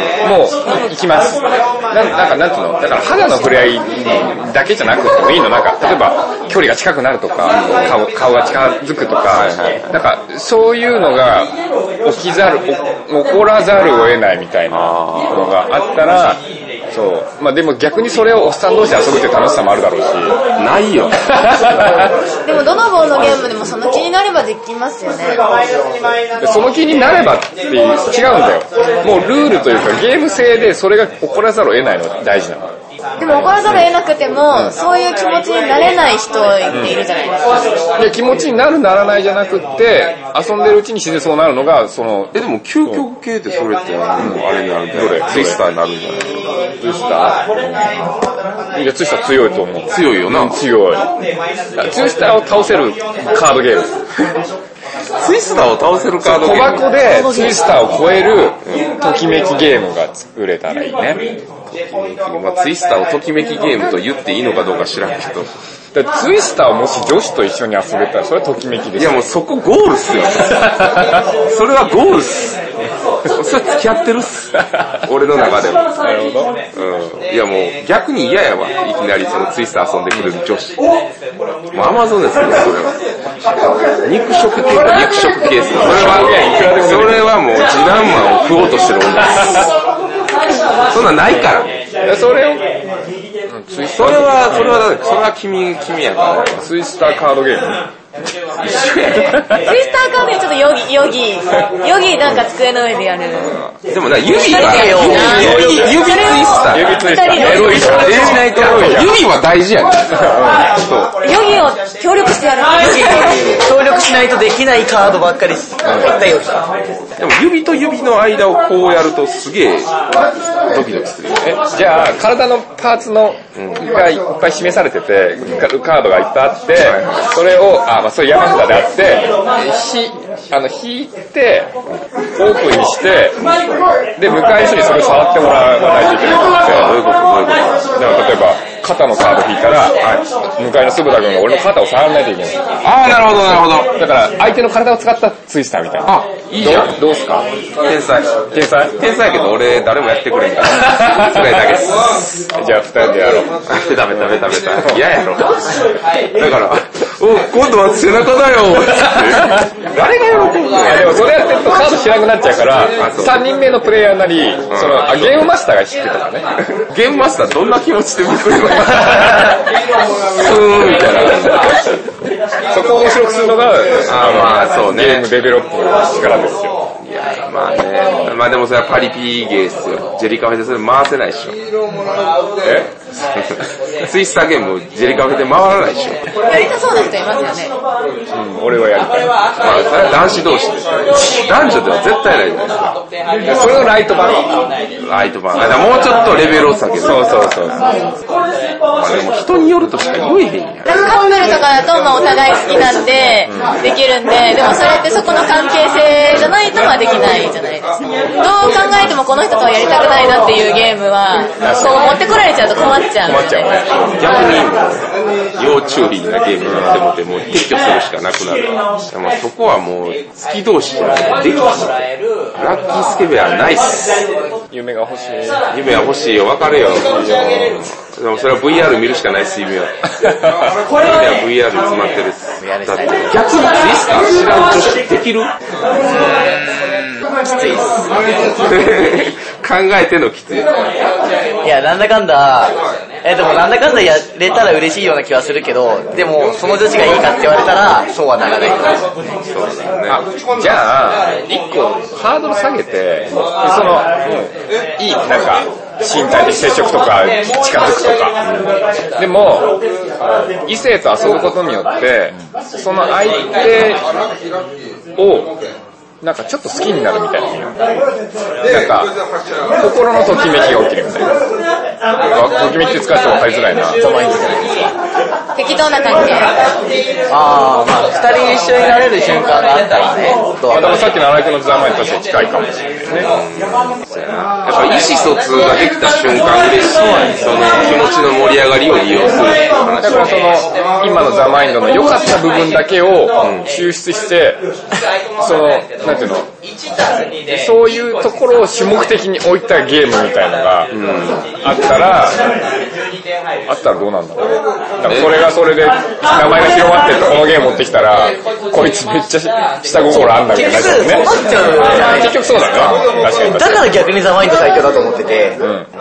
S5: 行きます。なんなんかなんつうのだから肌の触れ合いだけじゃなくてもいいのなんか、例えば距離が近くなるとか、顔顔が近づくとか、なんかそういうのが起きざる、お起こらざるを得ないみたいなのがあったら、そう。まあでも逆にそれをおっさん同士で遊ぶっていう楽しさもあるだろうし。
S2: ないよ。
S3: [LAUGHS] でもどの棒のゲームでもその気になればできますよね。
S5: で [LAUGHS] その気になればっていう、違うんだよ。もうルールというかゲーム性でそれが起こらざるを得ないのが大事なの。
S3: でも怒らざるを得なくても、そういう気持ちになれない人っているじゃないですか。
S5: で、気持ちになるならないじゃなくって、遊んでるうちに自然そうなるのが、その、
S2: え、でも究極系ってそれって、あのあれになるんじゃないツイスターになるんじゃない
S5: ツイスターいや、ツイスター強いと思う。
S2: 強いよな。
S5: 強い。ツイスターを倒せるカードゲーム。
S2: ツイスターを倒せるカード
S5: 小
S2: ゲーム
S5: 箱でツイスターを超える、ときめきゲームが作れたらいいね。
S2: まあ、ツイスターをときめきゲームと言っていいのかどうか知らんけど。
S5: だからツイスターをもし女子と一緒に遊べたら、それはときめきで
S2: い
S5: す
S2: や
S5: よ。
S2: もうそこゴールっすよ。 [LAUGHS] それはゴールっす。それ付き合ってるっす。俺の中でも。なるほど。うん。いやもう逆に嫌やわ。いきなりそのツイスター遊んでくれる女子。もうアマゾンですよ、それは。肉食系か肉食系っす。それは、それはもう次男マンを食おうとしてる女です。そんなんないから。
S5: それを、
S2: それは、それは、それは君、君やから。
S5: ツイスターカードゲーム
S2: 一緒やね。
S3: ツイスターカービィはちょっとヨギ、ヨギ、ヨギなんか机の上でやる。
S2: でもな、指は、
S3: だよな
S2: 指、指、指ツイスター。
S5: 指ついた。
S3: 二人
S5: エロい人。
S2: えしないと指は大事やね。そう。
S3: ヨギを協力してやる。
S1: 協力しないとできないカードばっかり入ったような
S2: でも指と指の間をこうやるとすげえドキドキするよね。
S5: じゃあ、体のパーツの、がいっぱい示されてて、カードがいっぱいあって、それを、あ、まあ、それ山札であって、ひ、あの、引いて、オープンにして、で、向かいの人にそれを触ってもらわないといけない
S2: どういうことどういうこと
S5: だから例えば、肩のカード引いたら、向かいの鈴田君が俺の肩を触らないといけない。
S2: ああ、なるほど、なるほど。
S5: だから、相手の体を使ったツイスターみたいな。
S2: あ、いいじゃん。
S5: どうっすか
S2: 天才。
S5: 天才
S2: 天才やけど俺誰もやってくれん
S5: [LAUGHS]
S2: から。それだけっす。
S5: じゃあ、二人でやろう。
S2: [LAUGHS] ダメダメダメダメ。嫌やろ。だから、お、今度は背中だ
S5: [LAUGHS]
S2: よ。誰が喜ぶの
S5: いやでもそれやってるとカードしなくなっちゃうから、3人目のプレイヤーなり、そのあゲームマスターが引くとかね。
S2: ゲームマスターどんな気持ちで見てるのうーん、みたいな。
S5: そこを面白くするのが、
S2: あーまあそうね
S5: ゲームデベロップの力ですよ。
S2: いやまあね。まあでもそれはパリピーゲーっすよ。ジェリカフェでそれ回せないっしょ。えツイスターゲームジェリカフェで回らないっしょ。
S3: やりたそうな人いますよね。
S5: うん俺はやりたい。
S2: まあそれは男子同士ですからね。男女では絶対ないじゃないですか。
S5: それのライト版。
S2: ライト版。あ、だからもうちょっとレベルを下げる。そうそうそう。まあでも人によるとしか言えへんやん。
S3: カップルとかだと、まあお互い好きなんで、できるんで、でもそれってそこの関係性じゃないとはできないじゃないですか。どう考えてもこの人とはやりたくないなっていうゲームは、そう持ってこられちゃうと困っちゃうんで。
S5: 困っちゃうね
S2: 逆にもう、要注意なゲームになってもって、もう撤去するしかなくなる。でもそこはもう、好き同士じゃないできひん。ラッキースケベはないっす。
S5: 夢が欲しい。
S2: 夢は欲しいよ、わかるよ。でもそれは VR 見るしかないっす、夢は。夢は VR 詰まってるっす。だって、ギャツビツイスター知らん女子できる
S1: きついっす。
S2: [LAUGHS] 考えてんのきつい。
S1: いや、なんだかんだ、え、でもなんだかんだやれたら嬉しいような気はするけど、でも、その女子がいいかって言われたら、そうはならない。
S2: そうですね。
S5: じゃあ、1個ハードル下げて、その、いい、なんか、身体的接触とか、近づくとか。でも、異性と遊ぶことによって、その相手を、なんかちょっと好きになるみたいな。なんか、心のときめきが起きるみたいな。なんかときめきって使う人分かりづらいな。
S3: 適当な関係。
S1: あー、まあ二人一緒になれる瞬間があったらね、と
S5: ま
S1: は
S5: あ、でもさっきの荒井君のザーマインとして近いかもしれないですね。
S2: やっぱ意思疎通ができた瞬間嬉しい。その気持ちの盛り上がりを利用するっていう話
S5: だからその、今のザ・マインドの良かった部分だけを抽出して、その、なんていうの、そういうところを主目的に置いたゲームみたいのが、あったら、あったらどうなんだろうね。だからそれがそれで、名前が広まってってこのゲーム持ってきたら、こいつめっちゃ下心あんだみたいになっちゃうね。
S1: 結局そうなっちゃうよね
S5: 結局そうだな。確かに確
S1: だ
S5: かに。
S1: から逆にザ・マインド最強だと思ってて、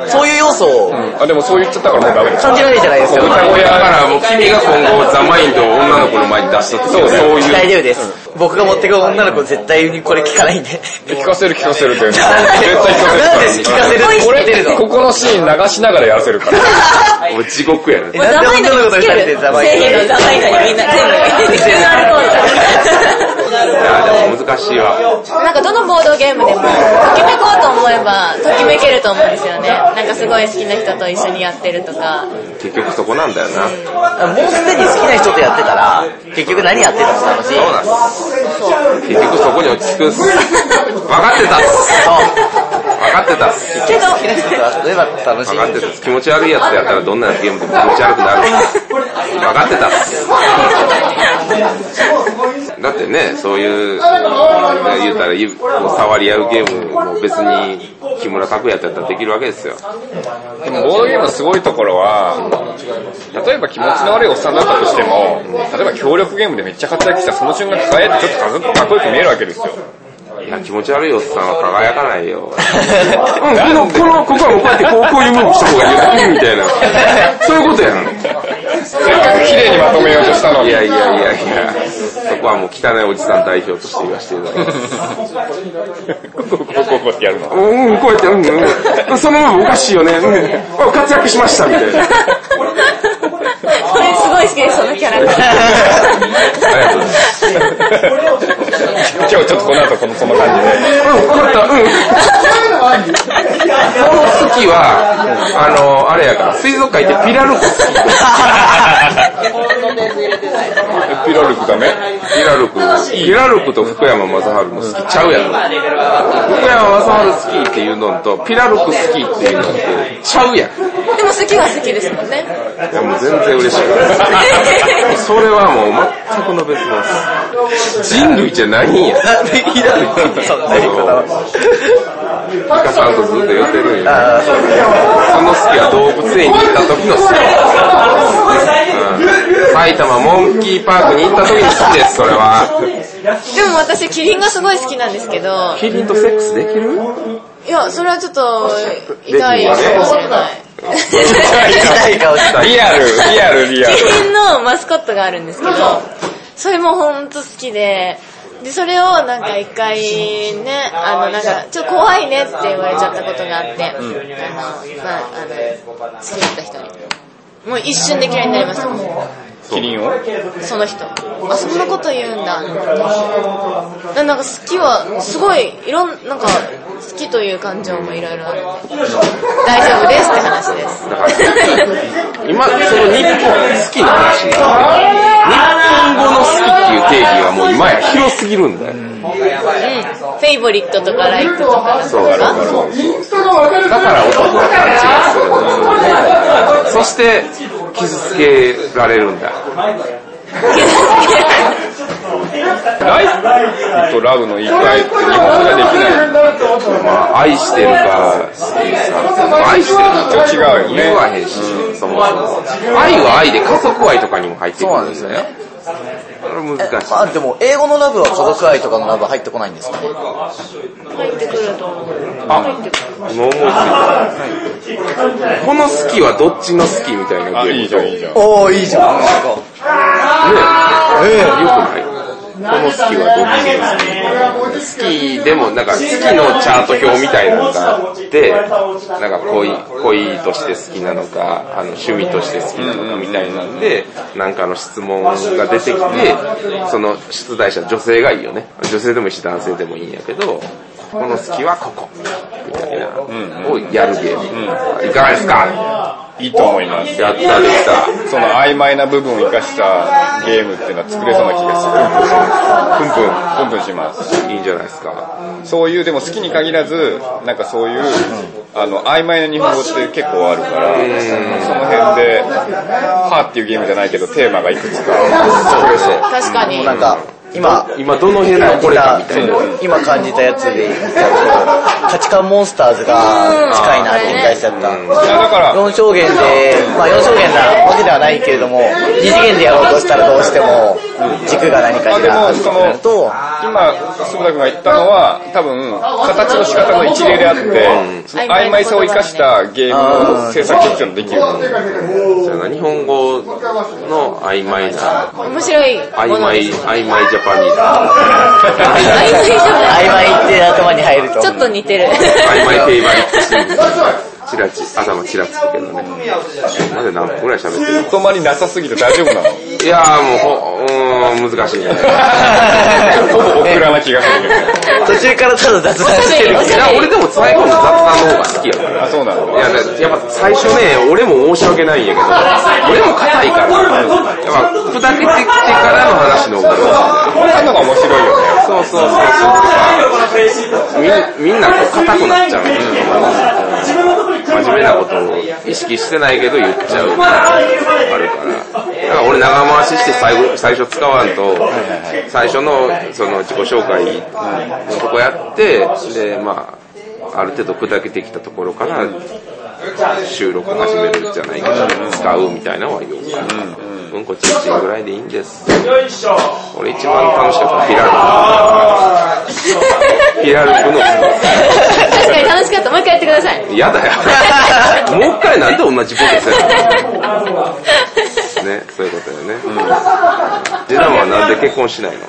S1: そういう要素を
S5: あ、でもそう言っちゃったからもうダメです。
S1: 感じられるじゃないですか。
S2: だからもう君が今後ザ・マインドを女の子の前に出したってそうそう
S1: 大丈
S2: いう。
S1: 夫です。僕が持ってく女の子絶対にこれ聞かないんで。
S5: 聞かせる聞かせるって絶対
S1: なんで
S5: 聞か
S1: [LAUGHS]
S5: せる
S1: 聞かせる
S5: こ
S1: 聞いて
S5: れ
S1: るの
S5: ここのシーン流しながらやらせるから
S2: もう地獄やね。
S1: えなんで
S3: ザマインド
S1: 女の
S3: に
S1: 子と二
S3: つけ
S1: 人
S3: る
S1: でザ・マインド
S3: 製品のザマインドにみんな全部
S1: [LAUGHS]
S3: [LAUGHS] QR コード
S2: いやでも難しいわ。
S3: なんかどのボードゲームでも、ときめこうと思えば、ときめけると思うんですよね。なんかすごい好きな人と一緒にやってるとか。
S2: 結局そこなんだよな。そ
S1: もうすでに好きな人とやってたら、結局何やってたの楽しい。
S2: うなんです。結局そこに落ち着くっす。分かってたっす。分かってたっす。
S3: けど、
S1: 好きな人と遊べば楽しい
S2: 分。かってたっす。気持ち悪いやつやったらどんなゲームでも気持ち悪くなる。分かってたっす。だってね、そういう、言うたら、ゆこう触り合うゲームも別に木村拓哉やったらできるわけですよ。
S5: でもボードゲームのすごいところは例えば気持ちの悪いおっさんだったとしても例えば協力ゲームでめっちゃ活躍したらその瞬間輝いてちょっとかっこよく見えるわけですよ
S2: いや、気持ち悪いおっさんは輝かないよ。うん、この、この、ここはもうこうやってこう、こういうムーブした方がいいよ、みたいな。そういうことやん。せっかく綺麗にまとめようとしたのに。いやいやいやいや、そこはもう汚いおじさん代表として言わせていただきます。
S5: こ
S2: [LAUGHS]
S5: こ、ここ、ここってやるの。
S2: うん、こうやって、うん、うん。そのままおかしいよね。うん。あ活躍しました、みたいな。
S3: これすごい好きです、そのキャラクタ
S5: 今日ちょっとこの後この、そんな感じで。
S2: うん、わかった、うん。この月は、あの、あれやから、水族館行ってピラルコ好き。
S5: [LAUGHS] ピラルクダメ
S2: ピラルク。ピラルクと福山雅治も好きちゃうやろ。福山雅治好きっていうのと、ピラルク好きっていうのって、ちゃうやん。い
S3: ー。でも好きは好きですもんね。
S2: やもう全然嬉しい。
S5: [LAUGHS]
S2: それはもう全くの別物です。人類じゃないんや。
S1: なんでひど [LAUGHS] いそんな言い方は。
S2: イカさんとずっと言ってるんや。その好きは動物園に行った時の好き。うん埼玉モンキーパークに行った時の好きです、それは。
S3: でも私、キリンがすごい好きなんですけど、
S2: キリンとセックスできる
S3: いや、それはちょっと、痛いかもしれない。
S1: 痛い顔した。
S5: リアル、リアル、リアル。
S3: キリンのマスコットがあるんですけど、それもほんと好きで、で、それをなんか一回ね、あのなんか、ちょっと怖いねって言われちゃったことがあって、あの、まああの、好きだった人に。もう一瞬で嫌いになりました。
S5: キリンを
S3: その人。あ、そんなこと言うんだ。でなんか好きは、すごい、いろん、なんか、好きという感情もいろいろあって、大丈夫ですって話です。
S5: [LAUGHS]
S2: 今、その日本好きな話になってる日本語の好きっていう定義がもう今や広すぎるんだよ。
S3: フェイボリットとかライクとか。
S2: そうだろうそうそうだから男は勘違いする。そして、傷つけられるんだ。
S5: ライフとラブの言い換えって日本語ができない。
S2: まあ、愛してるか、好きか、愛してるか
S5: ちょっと違うよね
S2: 言わへんし、そもそも。愛は愛で、家族愛とかにも入ってくるんですよ。これ難しい。
S1: あ、でも、英語のラブは家族愛とかのラブ入ってこないんですかね。
S3: 入ってくると思う。
S2: あ、もう思いついたこの好きはどっちの好きみたいな
S5: あ、
S2: ゲーム
S5: いいじゃん、いいじゃん。
S1: おー、いいじゃん。
S2: ねえ、よくないこの好きはどっちの好き好きでもなんか好きのチャート表みたいなのがあって、なんか恋、恋として好きなのか、あの趣味として好きなのかみたいなんで、なんかの質問が出てきて、その出題者女性がいいよね。女性でもいいし男性でもいいんやけど、この好きはここ、みたいな、をやるゲーム。いかがですか
S5: いいと思います。
S2: やった、できた。
S5: その曖昧な部分を生かしたゲームっていうのは作れそうな気がする。プンプン、プンプ [LAUGHS] ンします。
S2: いいんじゃないですか。
S5: そういう、でも好きに限らず、なんかそういう、あの、曖昧な日本語って結構あるから、その辺で、はーっていうゲームじゃないけど、テーマがいくつか。そうそう。
S3: 確かに。
S1: なんか、今、
S2: 今どの辺がこれかみたいな。
S1: 今感じたやつで言っちゃうと、価値観モンスターズが近いなって理解しちゃった。
S5: いや、だから、
S1: 4証言で、まあ4証言なわけではないけれども、2次元でやろうとしたらどうしても、軸が何かしらあるとなると、
S5: 今、須田君が言ったのは、多分、形の仕方の一例であって、その曖昧さを生かしたゲームの制作っていうのができる。
S2: そうやな日本語の曖昧な、
S3: 面白い
S2: 曖
S3: もので
S2: 昧、
S3: す。
S2: 曖昧ジャパニーズ。
S3: 曖昧じ
S1: 曖
S3: ゃない。
S1: 昧って頭に入ると。
S3: ちょっと似てる。
S2: 曖昧フェイバリットシーン。チラチ、頭チラつくけどね。まで何分くらい喋って
S5: まとまりなさすぎて大丈夫なの
S2: るいやーもう、ほうーん、難 [LAUGHS] しいね。い
S5: ほぼ僕らな気がするけど。
S1: 途中からただ雑談してる。
S3: おしゃ
S2: や、
S3: べ
S2: 俺
S3: り。
S2: でも最後の雑談の方が好きやから。
S5: あ、そうなの
S2: いや、ね、やっぱ最初ね、俺も申し訳ないんやけど、俺も硬いから、やっぱ砕けてきてからの話の方が面白いんだよ。
S5: これのが面白いよね。
S2: そうそうそうそう。みんみんなこう硬くなっちゃう、真面目なことを意識してないけど言っちゃう。あるから。だから俺長回しして最後、最初使わんと、最初のその自己紹介のとこやって、で、まあ、ある程度砕けてきたところから収録始めるじゃないけど、使うみたいなのはよく。うんこちんちんぐらいでいいんです。俺一番楽しかったピラルク。ピラルクの、
S3: 確かに楽しかった。もう一回やってください。
S2: 嫌だよ。もう一回なんで同じボケするのねね。そういうことだよね。次男はなんで結婚しないの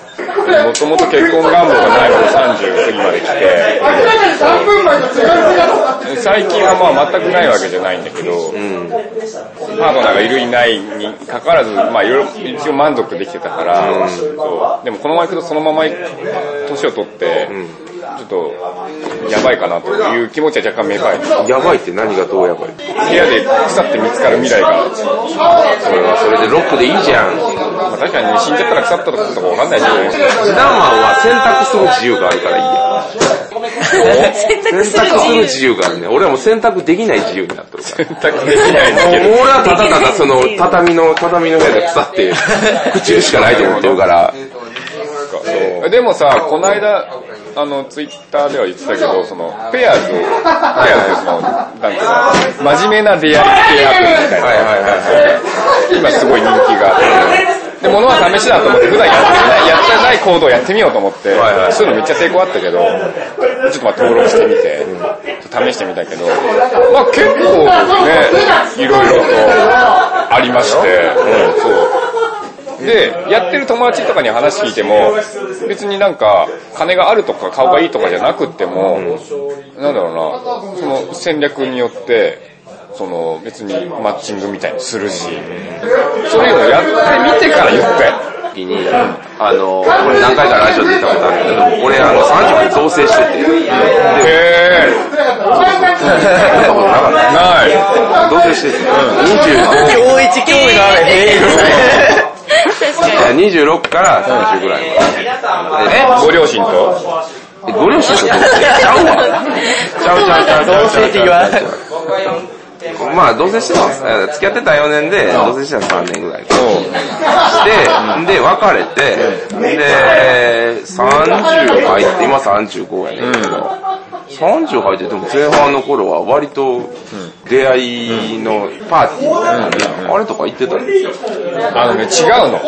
S5: もともと結婚願望がないまま30過ぎまで来て、最近はまあ全くないわけじゃないんだけど、パートナーがいるいないにかかわらず、まあいろいろ一応満足できてたから、そうでもこのまま行くとそのまま年を取って、ちょっとやばいかなという気持ちは若干芽生えてる
S2: やばいって何がどうやばい
S5: 部屋で腐って見つかる未来が、
S2: それはそれでロックでいいじゃん。
S5: まあ確かに死んじゃったら腐ったとかとかわかんないし
S2: 次男は選択する自由があるからいいや。
S3: 選
S2: 選択
S3: 択す
S2: する
S3: る自由。
S2: 自由があるね。俺はもう選択できない自由になってるから。
S5: 選択できないんだけど
S2: 俺はただただその畳の、畳の部屋で腐って、朽ちるしかないと思ってるから。
S5: そうでもさ、この間、あの、ツイッターでは言ってたけど、その、ペアーズ、ペアーズってその、なんていうの真面目な出会い系アプリみたいな。
S2: はいはいは
S5: 今すごい人気があって。で、物は試しだと思って、普段やってない、やってない行動をやってみようと思って、
S2: はいはい
S5: そういうのめっちゃ抵抗あったけど、ちょっとまあ登録してみて、ちょっと試してみたけど、まあ結構ね、いろいろとありまして、うんそう。で、やってる友達とかに話聞いても、別になんか、金があるとか顔がいいとかじゃなくっても、なんだろうな、その戦略によって、その別にマッチングみたいにするし、そういうのやってみてから言って。
S2: 時に、あの、これ何回かラジオで言ったことあるけど、俺あの30分増生してて、で、
S5: へ
S2: やったことなかっ
S5: ー、ない。
S2: た。増生してて、25、
S1: 今日一興味のあるへ
S2: いや26から30ぐらいまで。え
S5: ご両親と
S2: ご両親と同棲ちゃうわ。ちゃうちゃうちゃうちゃ
S1: 同棲
S2: うちゃう。
S1: って言わない
S2: まあ同棲してます。えー付き合ってた4年で、同棲してたの3年ぐらい。で、で、別れて、で、30入って、今35やねんけど、30入って、でも前半の頃は割と出会いのパーティー、あれとか行ってたんですよ。
S5: あのね、違うの。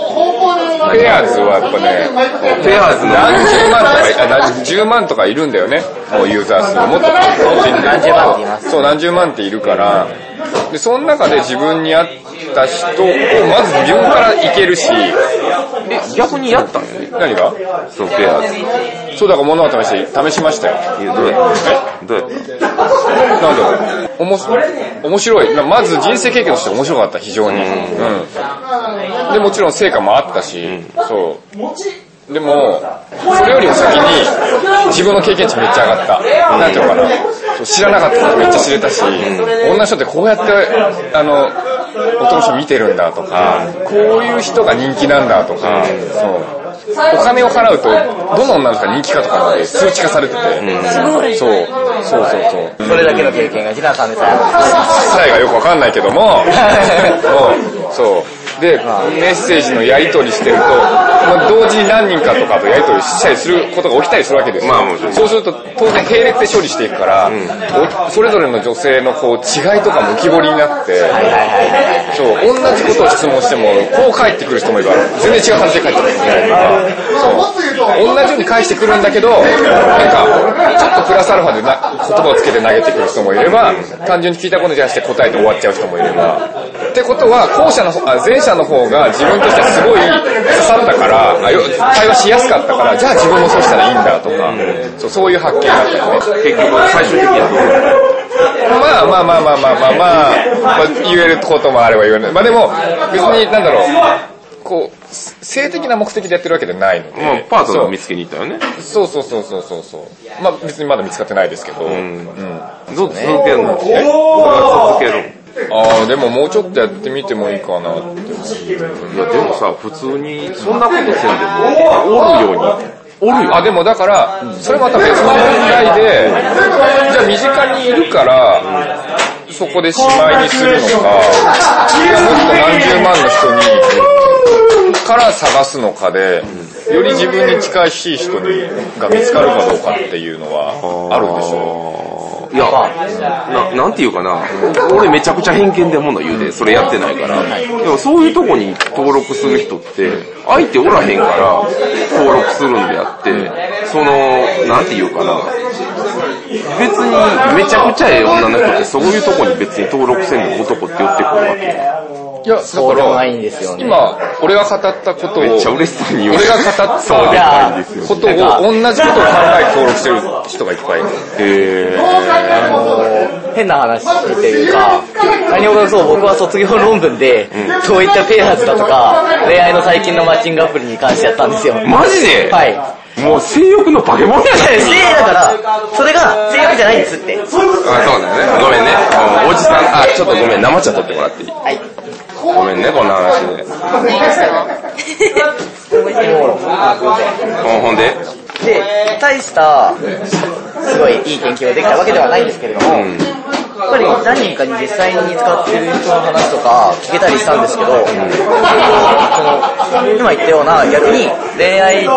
S5: ペアーズはやっぱね、
S2: ペアーズの
S5: 何十万とかい、あ何十10万とかいるんだよね。もうユーザー数も。もっと何十万っています。そう、何十万っているから、で、その中で自分に合った人を、まず自分からいけるし、
S2: え逆にやったんよね。
S5: 何が
S2: そのペアーズ。
S5: そうだから物は試して、試しましたよ。
S2: いやどうやったどうやった
S5: なんだろう、おもし面白い。なまず人生経験として面白かった、非常に。うん。で、もちろん成果もあったし、そう。でも、それよりも先に、自分の経験値めっちゃ上がった。なんていうのかな。そう知らなかったことめっちゃ知れたし、女の人ってこうやって、あの、男の人見てるんだとか、こういう人が人気なんだとか、そう。お金を払うと、どの女の人が人気かとかまで数値化されてて、そう、そうそうそう。
S1: ー [LAUGHS] それだけの経験が次男さんでさ
S5: スタイがよくわかんないけども、そうそう。で、メッセージのやり取りしてると、まあ、同時に何人かとかとやり取りしたりすることが起きたりするわけですよ。
S2: まあもちろん
S5: そうすると、当然並列で処理していくから、おそれぞれの女性のこう違いとかも浮き彫りになって、そう、同じことを質問しても、こう返ってくる人もいれば、全然違う感じで返ってくる人もいるからそう。同じように返してくるんだけど、なんか、ちょっとプラスアルファでな言葉をつけて投げてくる人もいれば、単純に聞いたことに対して答えて終わっちゃう人もいれば。ってことは、後者の方、あ前者の方が自分としてはすごい刺さったから、あよ会話しやすかったから、じゃあ自分もそうしたらいいんだとか、そうそういう発見だったよね。
S2: 結局、最終的にはどうやった
S5: まあまあまあまあまあまあまあ、まあ、言えることもあれば言えない。まあでも、別になんだろう、こう、せ性的な目的でやってるわけではないので。
S2: まあ、パートナーを見つけに行ったよね。
S5: そうそうそうそうそうそう。まあ別にまだ見つかってないですけど。うん。あ
S2: どう続けるのえそれは続けるの
S5: あ、でももうちょっとやってみてもいいかなって。
S2: いやでもさ、普通に、そんなことせんでも、おるように。
S5: おるよ。あ、でもだから、それまた別の問題で、じゃあ身近にいるから、そこでしまいにするのか、いやもっと何十万の人に、から探すのかで、より自分に近いしい人に、が見つかるかどうかっていうのは、あるでしょう。
S2: いや、な、なんていうかな、俺めちゃくちゃ偏見でもの言うで、それやってないから。でもそういうとこに登録する人って、相手おらへんから、登録するんであって、その、なんていうかな、別にめちゃくちゃええ女の人ってそういうとこに別に登録せんの男って寄ってくるわけよ。
S5: いや、だか
S1: そうでもな
S5: ら、
S1: いんですよね。
S5: 今、俺が語ったことを、
S2: めっちゃ嬉しそうに言わ
S5: 俺
S2: れ
S5: が語
S2: て
S5: ったこと
S2: そう
S5: を
S2: でもないんですよ
S5: 同じことを登録してる人がいっぱいいる。
S2: へ
S1: 変な話っていうか、何を隠そう僕は卒業論文で、そういったペアーズだとか、恋愛の最近のマッチングアプリに関してやったんですよ。
S2: ーマジで
S1: はい。
S2: もう性欲の化け物やな
S1: で、だから、それが性欲じゃないんですって。
S2: あ、そうだよね。ごめんね。うんおじさん、あ、ちょっとごめん、生茶取ってもらっていいはい。ごめんね、こんな話で。うん、ほんで
S1: で、大した、すごいいい研究ができたわけではないんですけれども、
S2: うん。
S1: やっぱり何人かに実際に使ってる人の話とか聞けたりしたんですけど、その今言ったような逆に恋愛経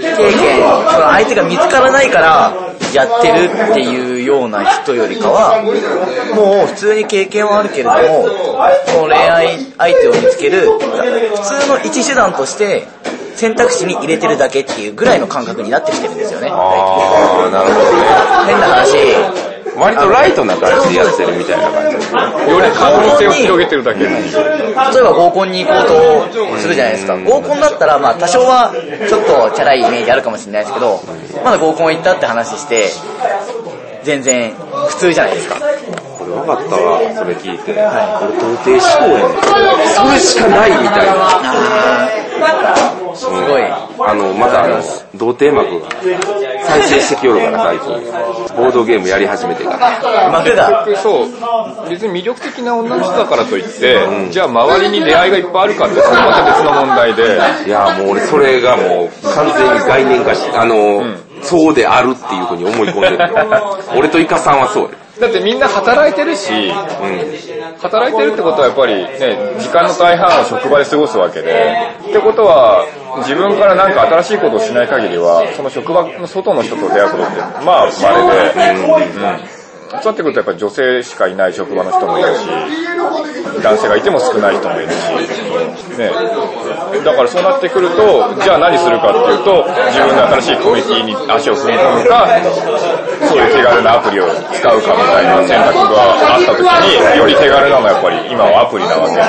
S1: 験、その相手が見つからないからやってるっていうような人よりかは、もう普通に経験はあるけれども、その恋愛相手を見つける普通の一手段として選択肢に入れてるだけっていうぐらいの感覚になってきてるんですよね。
S2: あー、なるほどね。
S1: 変な話、
S2: 割とライトな感じでやってるみたいな感じですね。
S5: より可能性を広げてるだけ。
S1: 例えば合コンに行こうとするじゃないですか。合コンだったら、まあ多少はちょっとチャラいイメージあるかもしれないですけど、まだ合コン行ったって話して、全然普通じゃないですか。
S2: これ分かったわ、それ聞いて。はい。俺、童貞思考やねんそれしかないみたいな。す
S1: ごい
S2: あの、まだあの、童貞幕が再生してきよるから、最近。ボードゲームやり始めてから。
S1: 幕が、
S5: 結局そう、別に魅力的な女の人だからといって、じゃあ周りに出会いがいっぱいあるかって、それはまた別の問題で、
S2: いや、もう俺、それがもう、完全に概念化して、あの、そうであるっていうふうに思い込ん [LAUGHS] でるよ。俺とイカさんはそうや。
S5: だってみんな働いてるし、
S2: うん。
S5: 働いてるってことはやっぱりね、時間の大半を職場で過ごすわけで、ってことは、自分からなんか新しいことをしない限りは、その職場の外の人と出会うことって、まあ、まれで、うん。そうなってくるとやっぱり女性しかいない職場の人もいるし、男性がいても少ない人もいるし、ね、だからそうなってくると、じゃあ何するかっていうと、自分の新しいコミュニティに足を踏み込むか、そういう手軽なアプリを使うかみたいな選択があった時に、より手軽なのはやっぱり今はアプリなわけで、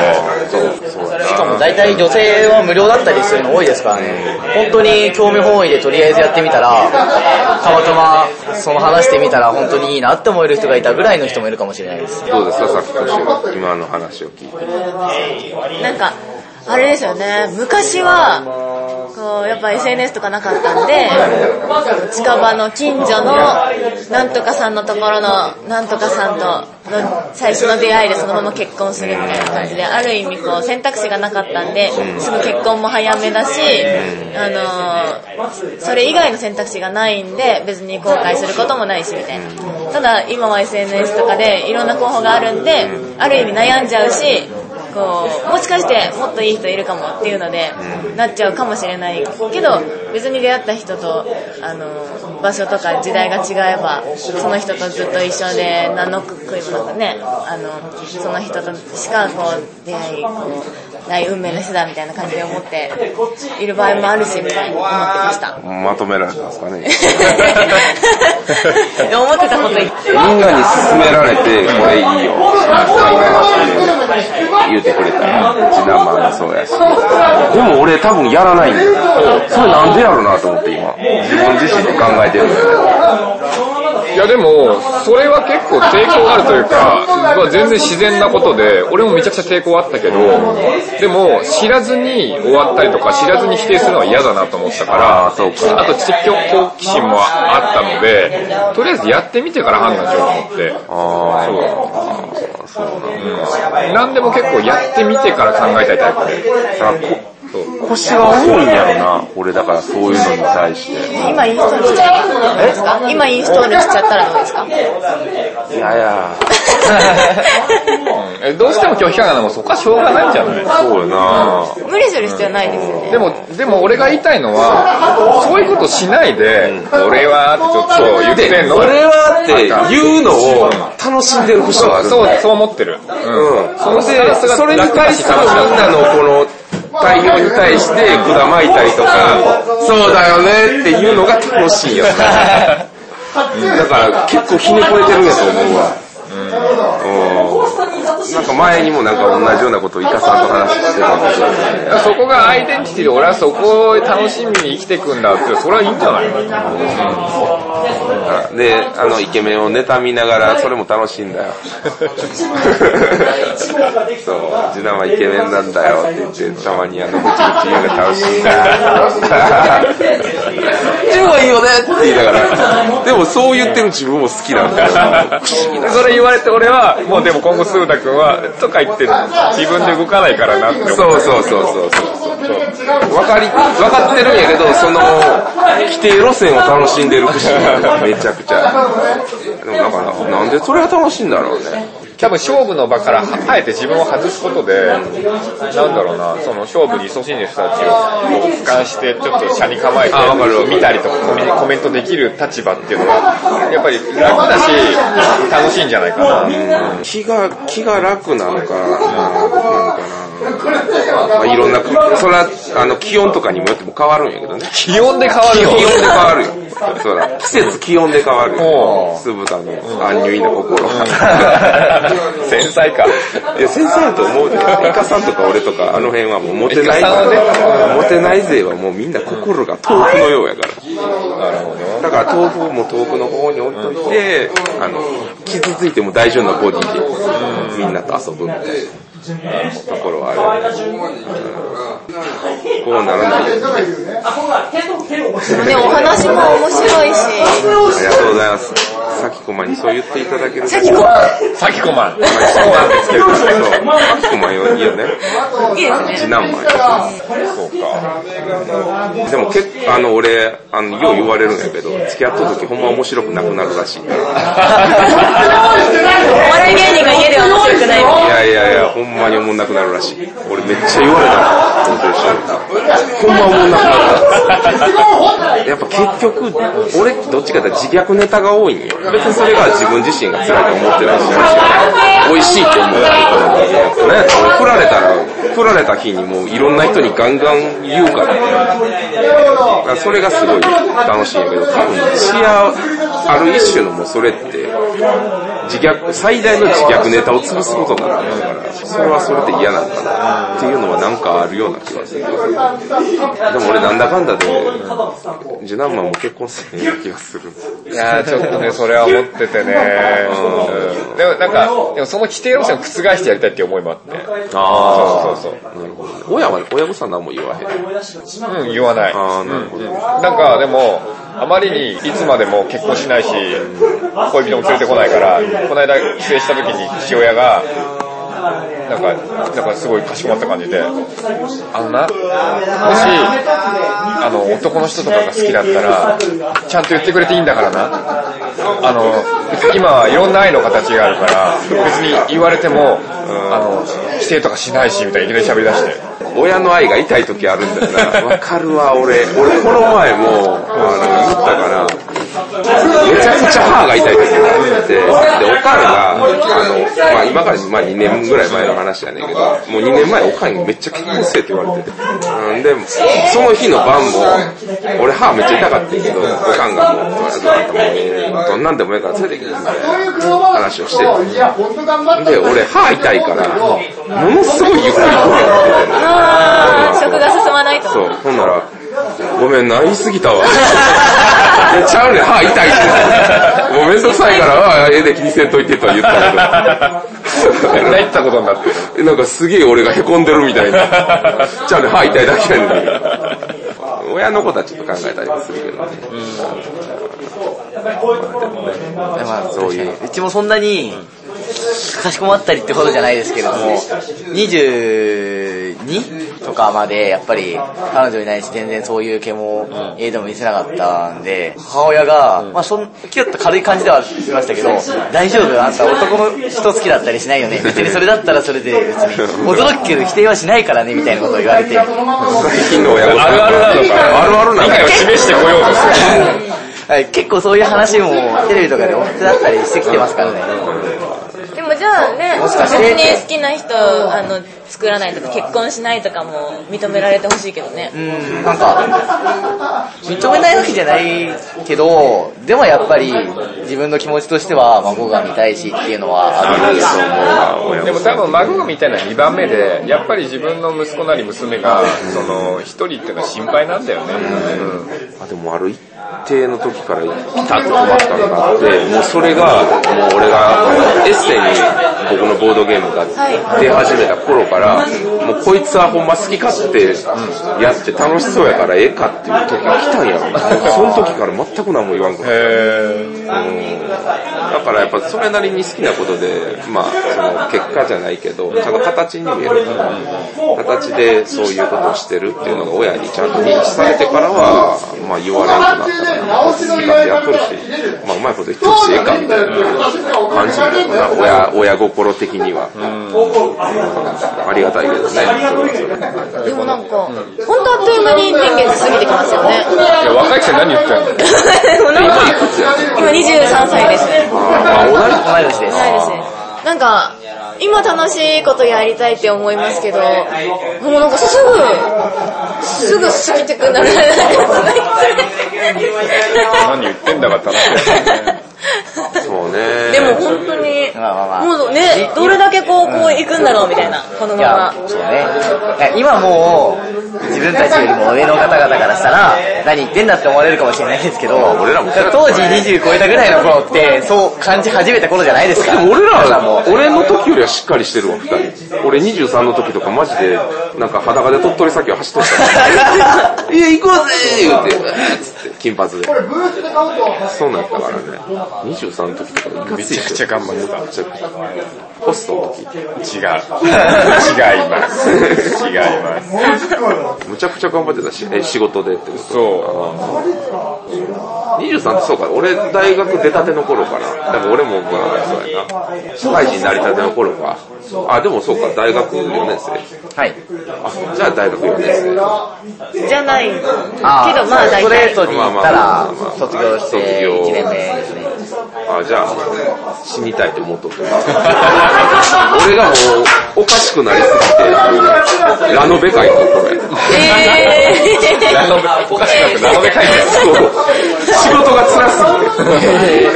S1: しかも大体女性は無料だったりするの多いですからね。本当に興味本位でとりあえずやってみたら、たまたまその話してみたら本当にいいなって思える人がいたぐらいの人もいるかもしれない
S2: [LAUGHS]
S1: です。
S2: どうですか、さっきとし今の話を聞いて。
S3: なんか、あれですよね、昔は、こう、やっぱ SNS とかなかったんで、近場の近所の、なんとかさんのところの、なんとかさんとの最初の出会いでそのまま結婚するみたいな感じで、ある意味こう、選択肢がなかったんで、すぐ結婚も早めだし、あのーそれ以外の選択肢がないんで、別に後悔することもないし、みたいな。ただ、今は SNS とかでいろんな候補があるんで、ある意味悩んじゃうし、こう、もしかしてもっといい人いるかもっていうので、なっちゃうかもしれないけど、別に出会った人と、あの、場所とか時代が違えば、その人とずっと一緒で、何の悔いもなくね、あの、その人としかこう、出会い、こう、ない運命の人だみたいな感じで思っている場合もあるし、みたいに思ってました。
S2: まとめられたんですかね。
S3: 思ってたこと言って。
S2: みんなに勧められて、これいいよ、言うてくれたら、ジナマンもそうやし。でも俺多分やらないんだよ。それなんでやろうなと思って今、自分自身で考えてるんだけど。
S5: いやでも、それは結構抵抗あるというか、まあ全然自然なことで、俺もめちゃくちゃ抵抗あったけど、でも、知らずに終わったりとか、知らずに否定するのは嫌だなと思ったから、
S2: あーそうか
S5: あと知的好奇心もあったので、とりあえずやってみてから判断しようと思って。
S2: ああ、そう
S5: 何でも結構やってみてから考えたいタイプで。
S2: なんだ。こ腰が重いんやろな、俺だからそういうのに対して。
S3: 今インストールしちゃったらどうですか今インストールしちゃったらどうですか
S2: いやいや、
S5: うんえどうしても拒否感があるのもそこはしょうがないんじゃない
S2: そうよな。
S3: 無理する必要ないですよね。
S5: でも、でも俺が言いたいのは、そういうことしないで、俺はってちょっと言ってんの。
S2: 俺はって言うのを楽しんでる節があるんだよ
S5: そう、そう思ってる。うん。
S2: うん。そで、それに対してみんなのこの対応に対してくだまいたりとか、そうだよねっていうのが楽しいよね。だから結構ひねくれてるんやと思うわ。うんなんか前にもなんか同じようなことをイカさんと話してたんですよ。
S5: そこがアイデンティティで俺はそこを楽しみに生きてくんだって、それはいいんじゃない
S2: で、あの、イケメンを妬みながら、それも楽しいんだよ。そう、次男はイケメンなんだよって言って、たまにあの、ブチブチ言うのが楽しいんだよ。自分はいいよねって言いながら。でもそう言ってる自分も好きなんだよ。
S5: それ言われて俺は、もうでも今後スーダ君は、とか言って自分で動かないからなって思う。
S2: そうそうそうそうそうそう。わかり、わかってるんやけど、その、規定路線を楽しんでる節がめちゃくちゃ。でもなんかな、なんでそれが楽しいんだろうね。
S5: 多分勝負の場からあえて自分を外すことで、なんだろうな、その勝負に勤しんでる人たちをこう俯瞰して、ちょっと車に構えて、
S2: あわかる
S5: 見たりとかコメコメントできる立場っていうのは、やっぱり楽だし、楽しいんじゃないかな。
S2: 気が、気が楽なのかな、なんかな。まあ、いろんな、それは、あの、気温とかにもよっても変わるんやけどね。
S5: 気温で変わる
S2: 気
S5: よ
S2: 温。で変わるよ。そうだ。季節気温で変わる
S5: お
S2: よ。
S5: う
S2: 酢豚の安入な心が。
S5: 繊細か。
S2: いや、先生だと思うで。イカさんとか俺とか、あの辺はもうモテない
S5: イカさんはね
S2: モテない勢はもうみんな心が豆腐のようやから。
S5: なるほど。
S2: だから豆腐も豆腐の方に置いといて、あの、傷ついても大丈夫なボディで、みんなと遊ぶみたいな。ところはあるうんこうならないようにね
S3: ね、お話も面白いし、
S2: ありがとうございます。さきこまにそう言っていただける
S3: さきこ
S5: さきこまん。
S2: そうなんですけど、さきこまんよいいよね。
S3: いいです
S2: 次
S3: ね。
S2: 男まん
S5: そうか。
S2: でも結構、あの、俺、あの、よう言われるんやけど、付き合った時ほんま面白くなくなるらしい。い
S3: お笑い芸人が家では面白くないみ
S2: や
S3: たい
S2: いやいや、ほんまにおもんなくなるらしい。俺めっちゃ言われたの。本当に一緒にほんまおもんなくなる。やっぱ結局、俺どっちかっていうと自虐ネタが多いんよ。別にそれが自分自身が辛いと思ってないし、美味しいって思うからいいと思うけどね。俺振られたら、振られた日にもういろんな人にガンガン言うから。だからそれがすごい楽しいんやけど、多分一夜、ある一種のもうそれって、自虐、最大の自虐ネタを潰すことになるから、それはそれで嫌なのかなっていうのはなんかあるような気がする。でも俺なんだかんだで、次男マンも結婚せえへんような気がする。
S5: いやーちょっとね、それは思っててね。うんでもなんか、でもその規定路線を覆してやりたいっていう思いもあって。
S2: あ
S5: そうそう
S2: あ。なるほどね。親は、親御さん何も言わへん。
S5: そう。うん、言わない。
S2: ああ、なるほど。
S5: なんかでも、あまりにいつまでも結婚しないし、恋人も連れてこないから、この間帰省した時に父親が、なんか、なんかすごいかしこまった感じで、あのな、もし、あの、男の人とかが好きだったら、ちゃんと言ってくれていいんだからな。あの、今はいろんな愛の形があるから、別に言われても、あの、否定とかしないし、みたいないきなり喋り出して。
S2: 親の愛が痛い時あるんだよな。わかるわ、俺。俺、この前も、あの、言ったから、めちゃくちゃ歯が痛い時があって、で、おかんが、あの、まあ今から、まあ2年ぐらい前の話やねんけど、もう2年前おかんにめっちゃ結婚せえって言われてて。うん、で、その日の晩も、俺歯めっちゃ痛かったんやけど、おかんがもう、あんたもうええどんなんでもええから連れてきてみたいな話をしてて。で、俺歯痛いから、ものすごいゆっくりご飯食べてんの
S3: な。食が進まないと。
S2: そう、ほんなら、ごめんな、言い過ぎた
S5: [LAUGHS]
S2: わ。いやちゃうねん、歯痛いって。もうめんどくさいから、あええで気にせんといてとは言ったけど。
S5: 泣いてたことになってる。
S2: なんかすげえ俺が凹んでるみたいな。ちゃうね、歯痛いだけやねんけど。親のことはちょっと考えたりもするけどね。
S1: まあ
S2: そういう。
S1: うちもそんなに、かしこまったりってほどじゃないですけれども、22とかまで、やっぱり、彼女いないし、全然そういう系も、家でも見せなかったんで、母親が、まあそん、キュッと軽い感じではしましたけど、大丈夫あんた男の人好きだったりしないよね。別にそれだったらそれで、別に、驚くけど否定はしないからね、みたいなことを言われて、 [LAUGHS]
S2: 最近の親御さん
S5: あるあるなのか
S2: あるあるな
S5: 理
S2: のか
S5: 解を示してこようとする。
S1: はい結構そういう話も、テレビとかで表だったりしてきてますからね。
S3: でもじゃあね、
S1: もしかして
S3: 別に好きな人、あの、作らないとか、結婚しないとかも認められてほしいけどね。
S1: うん、なんか、認めないわけじゃないけど、でもやっぱり自分の気持ちとしては孫が見たいしっていうのはあるんですよ。
S5: でも多分孫がみたいな2番目で、やっぱり自分の息子なり娘が、その、一人っていうのは心配なんだよね。うん
S2: あでもある一定の時からピタッと止まったのがあって、もうそれが、もう俺がエッセイに僕のボードゲームが出始めた頃から、もうこいつはほんま好き勝手やって楽しそうやからええかっていう時が来たんやろ。その時から全く何も言わんくなった
S5: へ
S2: うんだからやっぱそれなりに好きなことで、まあ、その結果じゃないけど、ちゃんと形に見えるから、形でそういうことをしてるっていうのが親にちゃんと認知されてからは、まあ言われなくなったから、好き勝手やっとるし、まあうまいこと言ってほしいかみたいな感じになるな、親、親心的には。ありがたいけどね。それはそれで
S3: でもなんか、ほんとあっという間に年月過ぎてきますよ
S1: [LAUGHS]
S3: ね。 [LAUGHS]
S5: いや、若い人何言ってんの
S3: もうなんか今23歳ですね。
S2: あ同じ
S1: 同い年です。
S3: ないですね。なんか、今楽しいことやりたいって思いますけど、もうなんかすぐ、すぐ過ぎてくなる。
S5: 何言ってんだかって話だよね
S2: そうね。
S3: でも本当に、
S1: まあまあまあ。
S3: もうね、どれだけこう、こう行くんだろうみたいな、この
S1: い
S3: ま
S1: や
S3: ま。、
S1: そうね。いや今もう、自分たちよりも上の方々からしたら、何言ってんだって思われるかもしれないですけど、
S2: 俺らも
S1: 当時20超えたぐらいの頃って、そう感じ始めた頃じゃないですか。
S2: でも俺
S1: 皆さん
S2: ら
S1: も、
S2: 俺の時よりはしっかりしてるわ、二人。 [LAUGHS] 俺23の時とかマジで、なんか裸で鳥取砂丘走っとった。 [LAUGHS] いや、行こうぜー言うて、つって、金髪で。そうなんやったからね。23の時とか、めちゃくちゃ頑張ってた。めちゃくちゃホストの時。
S5: 違う。違います。違います。
S2: むちゃくちゃ頑張ってたし、え、仕事でってこと。
S5: そ
S2: 23ってそうか、俺大学出たての頃かな。だから俺も、まあ、そうやな。社会人になりたての頃か。あ、でもそうか、大学4年生。
S1: はい。
S2: あ、じゃあ大学4年生。
S3: じゃない。けど
S1: あー
S3: まあ大
S1: ストレー
S3: 体。
S1: トに行ったら、卒業して1年目ですね。
S2: あ、じゃあ、死にたいと思っとった。俺がもう、おかしくなりすぎて、ラノベ会の頃や。
S3: え
S5: う。ラノベ、おかしくなくラノベ書いてる。
S2: 仕事が辛すぎて。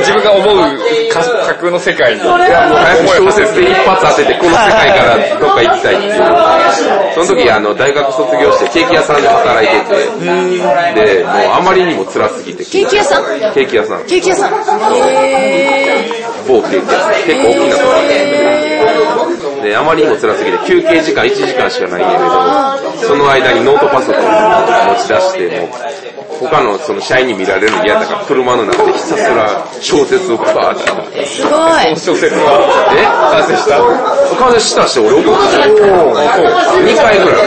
S5: 自分が思うか架空の世界に。
S2: いやもう早く小説で一発当てて、この世界からどっか行きたいっていう。その時、あの、大学卒業してケーキ屋さんで働いてて、で、もうあまりにも辛すぎて。ケ
S3: ーキ屋さん
S2: ケーキ屋さん。
S3: ー、ケーキ屋さん。え
S2: 某ケーキ屋さん。結構大きなところで。で、あまりにも辛すぎて、休憩時間1時間しかないんやけど、その間にノートパソコンを持ち出して、もう、他のその社員に見られるの嫌だから、車の中でひたすら小説をバーッと。
S3: ー、すごい。
S5: 小説は。
S2: え
S5: 完成した
S2: 完成したして俺送った2回ぐらい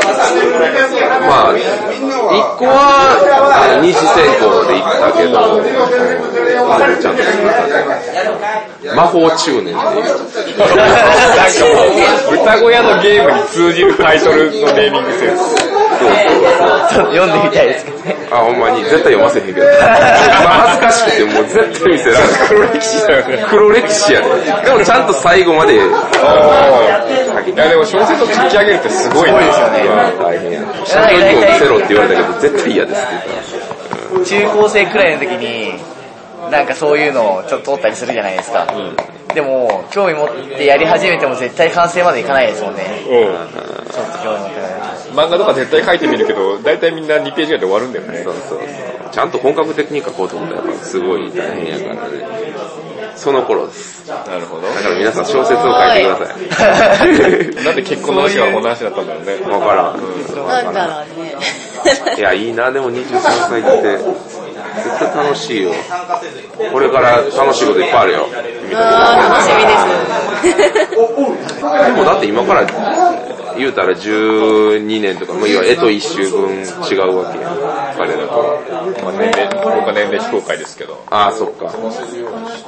S2: まあ1個はあの二次選考で行ったけどもうちゃんと作った魔法中年っていう
S1: [LAUGHS]
S5: なんかもう、歌小屋のゲームに通じるタイトルのネーミングセンス。
S1: ちょっと読んでみたいですけどね。
S2: あほんまに絶対読ませへんけど、まあ、恥ずかしくてもう絶対見せられない
S5: 黒歴史だよね。
S2: 黒歴史やででもちゃんと最後まで
S5: いやでも小説を書き上げるってすごいですよね。
S2: 大変や社会にも見せろって言われたけど絶対嫌ですって言った
S1: 中高生くらいの時に、なんかそういうのをちょっと通ったりするじゃないですか。でも、興味持ってやり始めても絶対完成までいかないですもんね。
S5: うん。
S1: ちょっと興味 [LAUGHS] 持ってない。
S5: 漫画とか絶対書いてみるけど、大体みんな2ページぐらいで終わるんだよね。
S2: そうそうそう。ちゃんと本格的に書こうと思ったらやっぱすごい大変やからね。その頃です。だ
S5: なるほど。
S2: から皆さん小説を書いてくださ
S5: [LAUGHS]
S2: い。
S5: なんで結婚の話がこの話だったんだろうね。
S2: わからん。
S3: なんだろうね。
S2: いや、いいな、でも23歳って。絶対楽しいよ。これから楽しいこといっぱいあるよ。
S3: あー、楽しみです。 [LAUGHS]
S2: でもだって今から言うたら12年とか、もういわゆる絵と一周分違うわけやん。彼らと。
S5: まあ、年齢、僕は年齢非公開ですけど。
S2: ああ、そっか。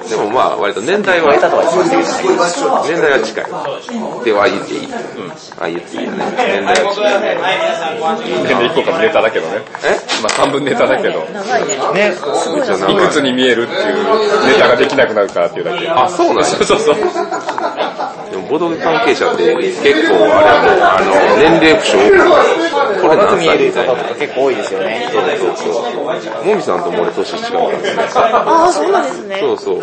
S2: でもまあ、割と年代は、年代は近い。では言っていい。あ、言っていいよね。年代は近いね。
S5: 年齢非公開ネタだけどね。
S2: え
S5: まあ半分ネタだけど、
S3: 長いね。
S1: ね、
S2: じゃあ
S5: いくつに見えるっていうネタができなくなるからっていうだけ。
S2: あ、そうなんや。
S5: そうそうそう。
S2: ボドゲ関係者って結構あれやもんあの、年齢不詳多くこれ
S1: 若く
S2: 何
S1: 見え
S2: 歳
S1: る
S2: みたいな
S1: 方。とか結構多いですよね。
S2: そうそうそう。もみさんとも俺年違うからね。
S3: ああ、そうなんですね。
S2: そうそう。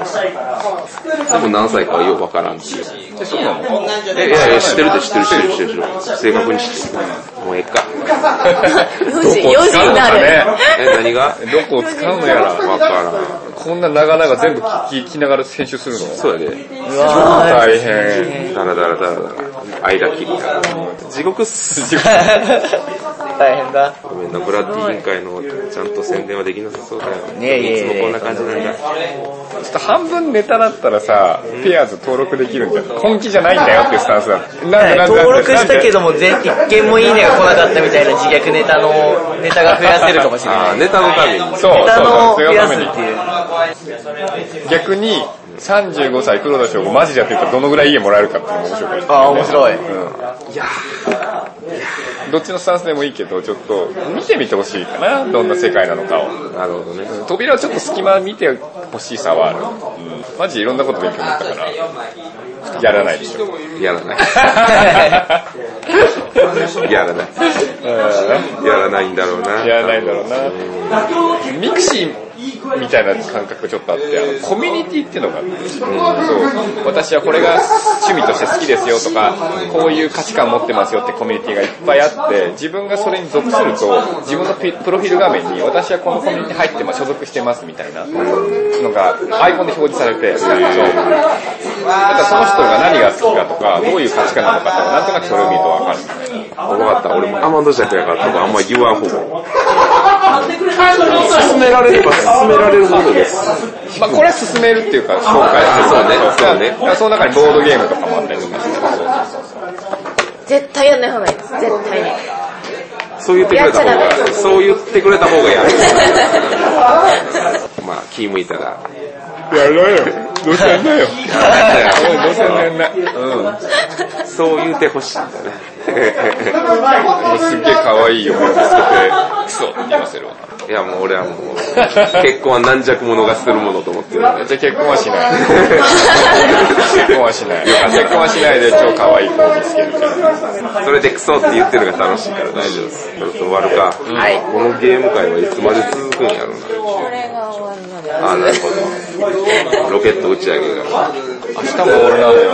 S2: 多分何歳かはよくわからんし。え、そうなのえ、いやいや、知ってるって知ってる知ってる知ってる知ってる。正確に知ってる。もうええか。
S3: 4時、4時になる。
S2: え、何が
S5: どこを使うのやら。
S2: わからん。
S5: こんな長々全部聞き聞きながら編集するの
S2: そうやで。
S1: うわー
S5: 大変。
S2: だらだらだらだら。間切りから。地獄っす。
S1: [LAUGHS] 大変だ。
S2: ごめんな、ブラッディ委員会のちゃんと宣伝はできなさそうだよ。
S1: いえいえいえ
S2: いつもこんな感じなんだ。
S5: ちょっと半分ネタだったらさ、ペアーズ登録できるんじゃん。本気じゃないんだよっていうスタンスだ。なんでなんで
S1: 登録したけど
S5: ど。
S1: も、全一件もいいねが来なかったみたいな自虐ネタのネタが増やせるかもしれない。
S2: あー、ネタのために。
S5: そう、そう
S1: ネタ
S5: な
S1: の
S5: んで
S1: 増
S5: すよ。
S1: や
S5: そ
S1: すっ
S5: の
S1: て
S5: ため
S1: いう。
S5: に逆に、35歳黒田翔吾マジでやってるからどのぐらい家もらえるかっていうのも面白いから。
S1: あー、面白い。
S5: どっちのスタンスでもいいけど、ちょっと見てみてほしいかな。どんな世界なのかを。
S2: なるほどね。
S5: 扉をちょっと隙間見てほしいさはある。うんマジいろんなこと勉強になったから、やらないで
S1: [LAUGHS]
S5: しょ。 [LAUGHS]
S2: やらない。 [LAUGHS] やらない。やらないんだろうな。
S5: やらないんだろうな。ミクシーみたいな感覚ちょっとあって、あのコミュニティっていうのがあって、そう私はこれが趣味として好きですよとか、こういう価値観持ってますよってコミュニティがいっぱいあって、自分がそれに属すると、自分のピプロフィール画面に、私はこのコミュニティ入ってます、所属してますみたいなのがアイコンで表示されて、そうだからその人が何が好きかとか、どういう価値観なのかとか、なんとなくそれを見るとわかる。
S2: わかった。俺もアマンドジャックやから多分あんま言わんほぼ。勧められれば勧められるほどです。
S5: まあこれは進めるっていうか、紹介する。
S2: あそうねそうね
S5: だからその中にボードゲームとかもあったりとかして。
S3: 絶対やんない方がいいです。絶対に。
S2: そう言ってくれた方
S3: やっちゃダ
S2: が、
S3: メ
S2: そう言ってくれた方が [LAUGHS] やる。まあ気向いたら。
S5: やろうよ。どうせや
S2: [LAUGHS]
S5: んなよ。おいどうせやんな。うん。も
S2: そう言ってほしいんだね。
S5: うすっげえ可愛いよ、見つけて、クソって言わせるわ。
S2: いやもう俺はもう、結婚は軟弱者がするものと思ってるんで。
S5: じゃあ結婚はしない。結婚はしない。結婚はしないで超可愛い子を見つけるから。
S2: それでクソって言ってるのが楽しいから大丈夫です。そろそろ終わるか。はい。このゲーム会はいつまで続くんやろう
S3: これが終わるまで。
S2: な。あー、なるほど。ロケット打ち上げが。
S5: 明日も俺なのよ。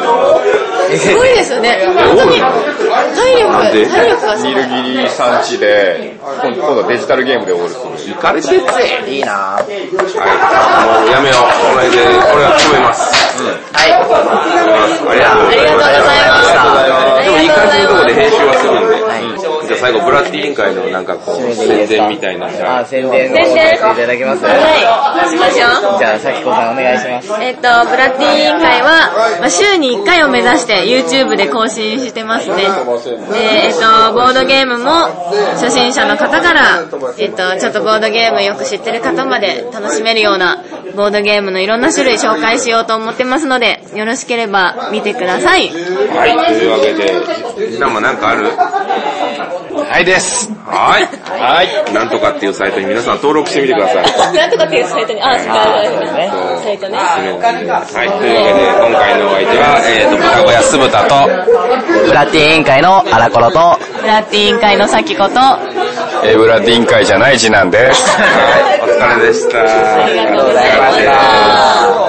S3: すごいですよね。本当に。体
S2: なんで
S3: 力、体力がすご
S5: ニ
S3: い。
S5: ルギリ産地で、今度今度はデジタルゲームでオールす
S2: 行
S5: る。
S2: かれてっぜは
S1: [LAUGHS]
S2: い。
S1: いいなぁ。
S2: もうやめよう。この辺で、俺は止めます。
S1: はい。
S2: ありがとうご
S3: あ
S2: ざ
S3: り
S2: い
S3: がとう
S2: ます。
S3: ございました。あ
S2: でもい
S3: り
S2: い
S3: がとう
S2: 感
S3: ご
S2: じ
S3: ざ
S2: の
S3: い
S2: ところです編
S3: ま。
S2: 集はするんで。じゃあ最後、ブラッディ委員会のなんかこう、宣伝みたいな。じゃ
S1: あ
S2: あ
S1: ー、宣伝を
S3: 宣伝
S1: させていただきます。
S3: はい、しましょう。
S1: じゃあ、咲子さんお願いします。
S3: えっと、ブラッディ委員会は、まあ、週に1回を目指して YouTube で更新してますね。で、えっと、ボードゲームも初心者の方から、えっと、ちょっとボードゲームよく知ってる方まで楽しめるようなボードゲームのいろんな種類紹介しようと思ってますので、よろしければ見てください。
S2: はい、というわけで、みんなもなんかある
S5: はいです。
S2: はい。はい。なんとかっていうサイトに皆さん登録してみてください。
S3: なんとかっていうサイトに、
S2: そ
S3: あ、
S2: う
S3: イトね。
S2: はい、というわけで、今回のお相手は、えっと、豚小屋酢豚 [LAUGHS] と、
S1: ブラッティ委員会の荒コロと、
S3: ブラッディ委員会のさきこと、
S5: エブラディン会じゃない次男です。
S2: はいお疲れでした。あり。
S3: がとうございました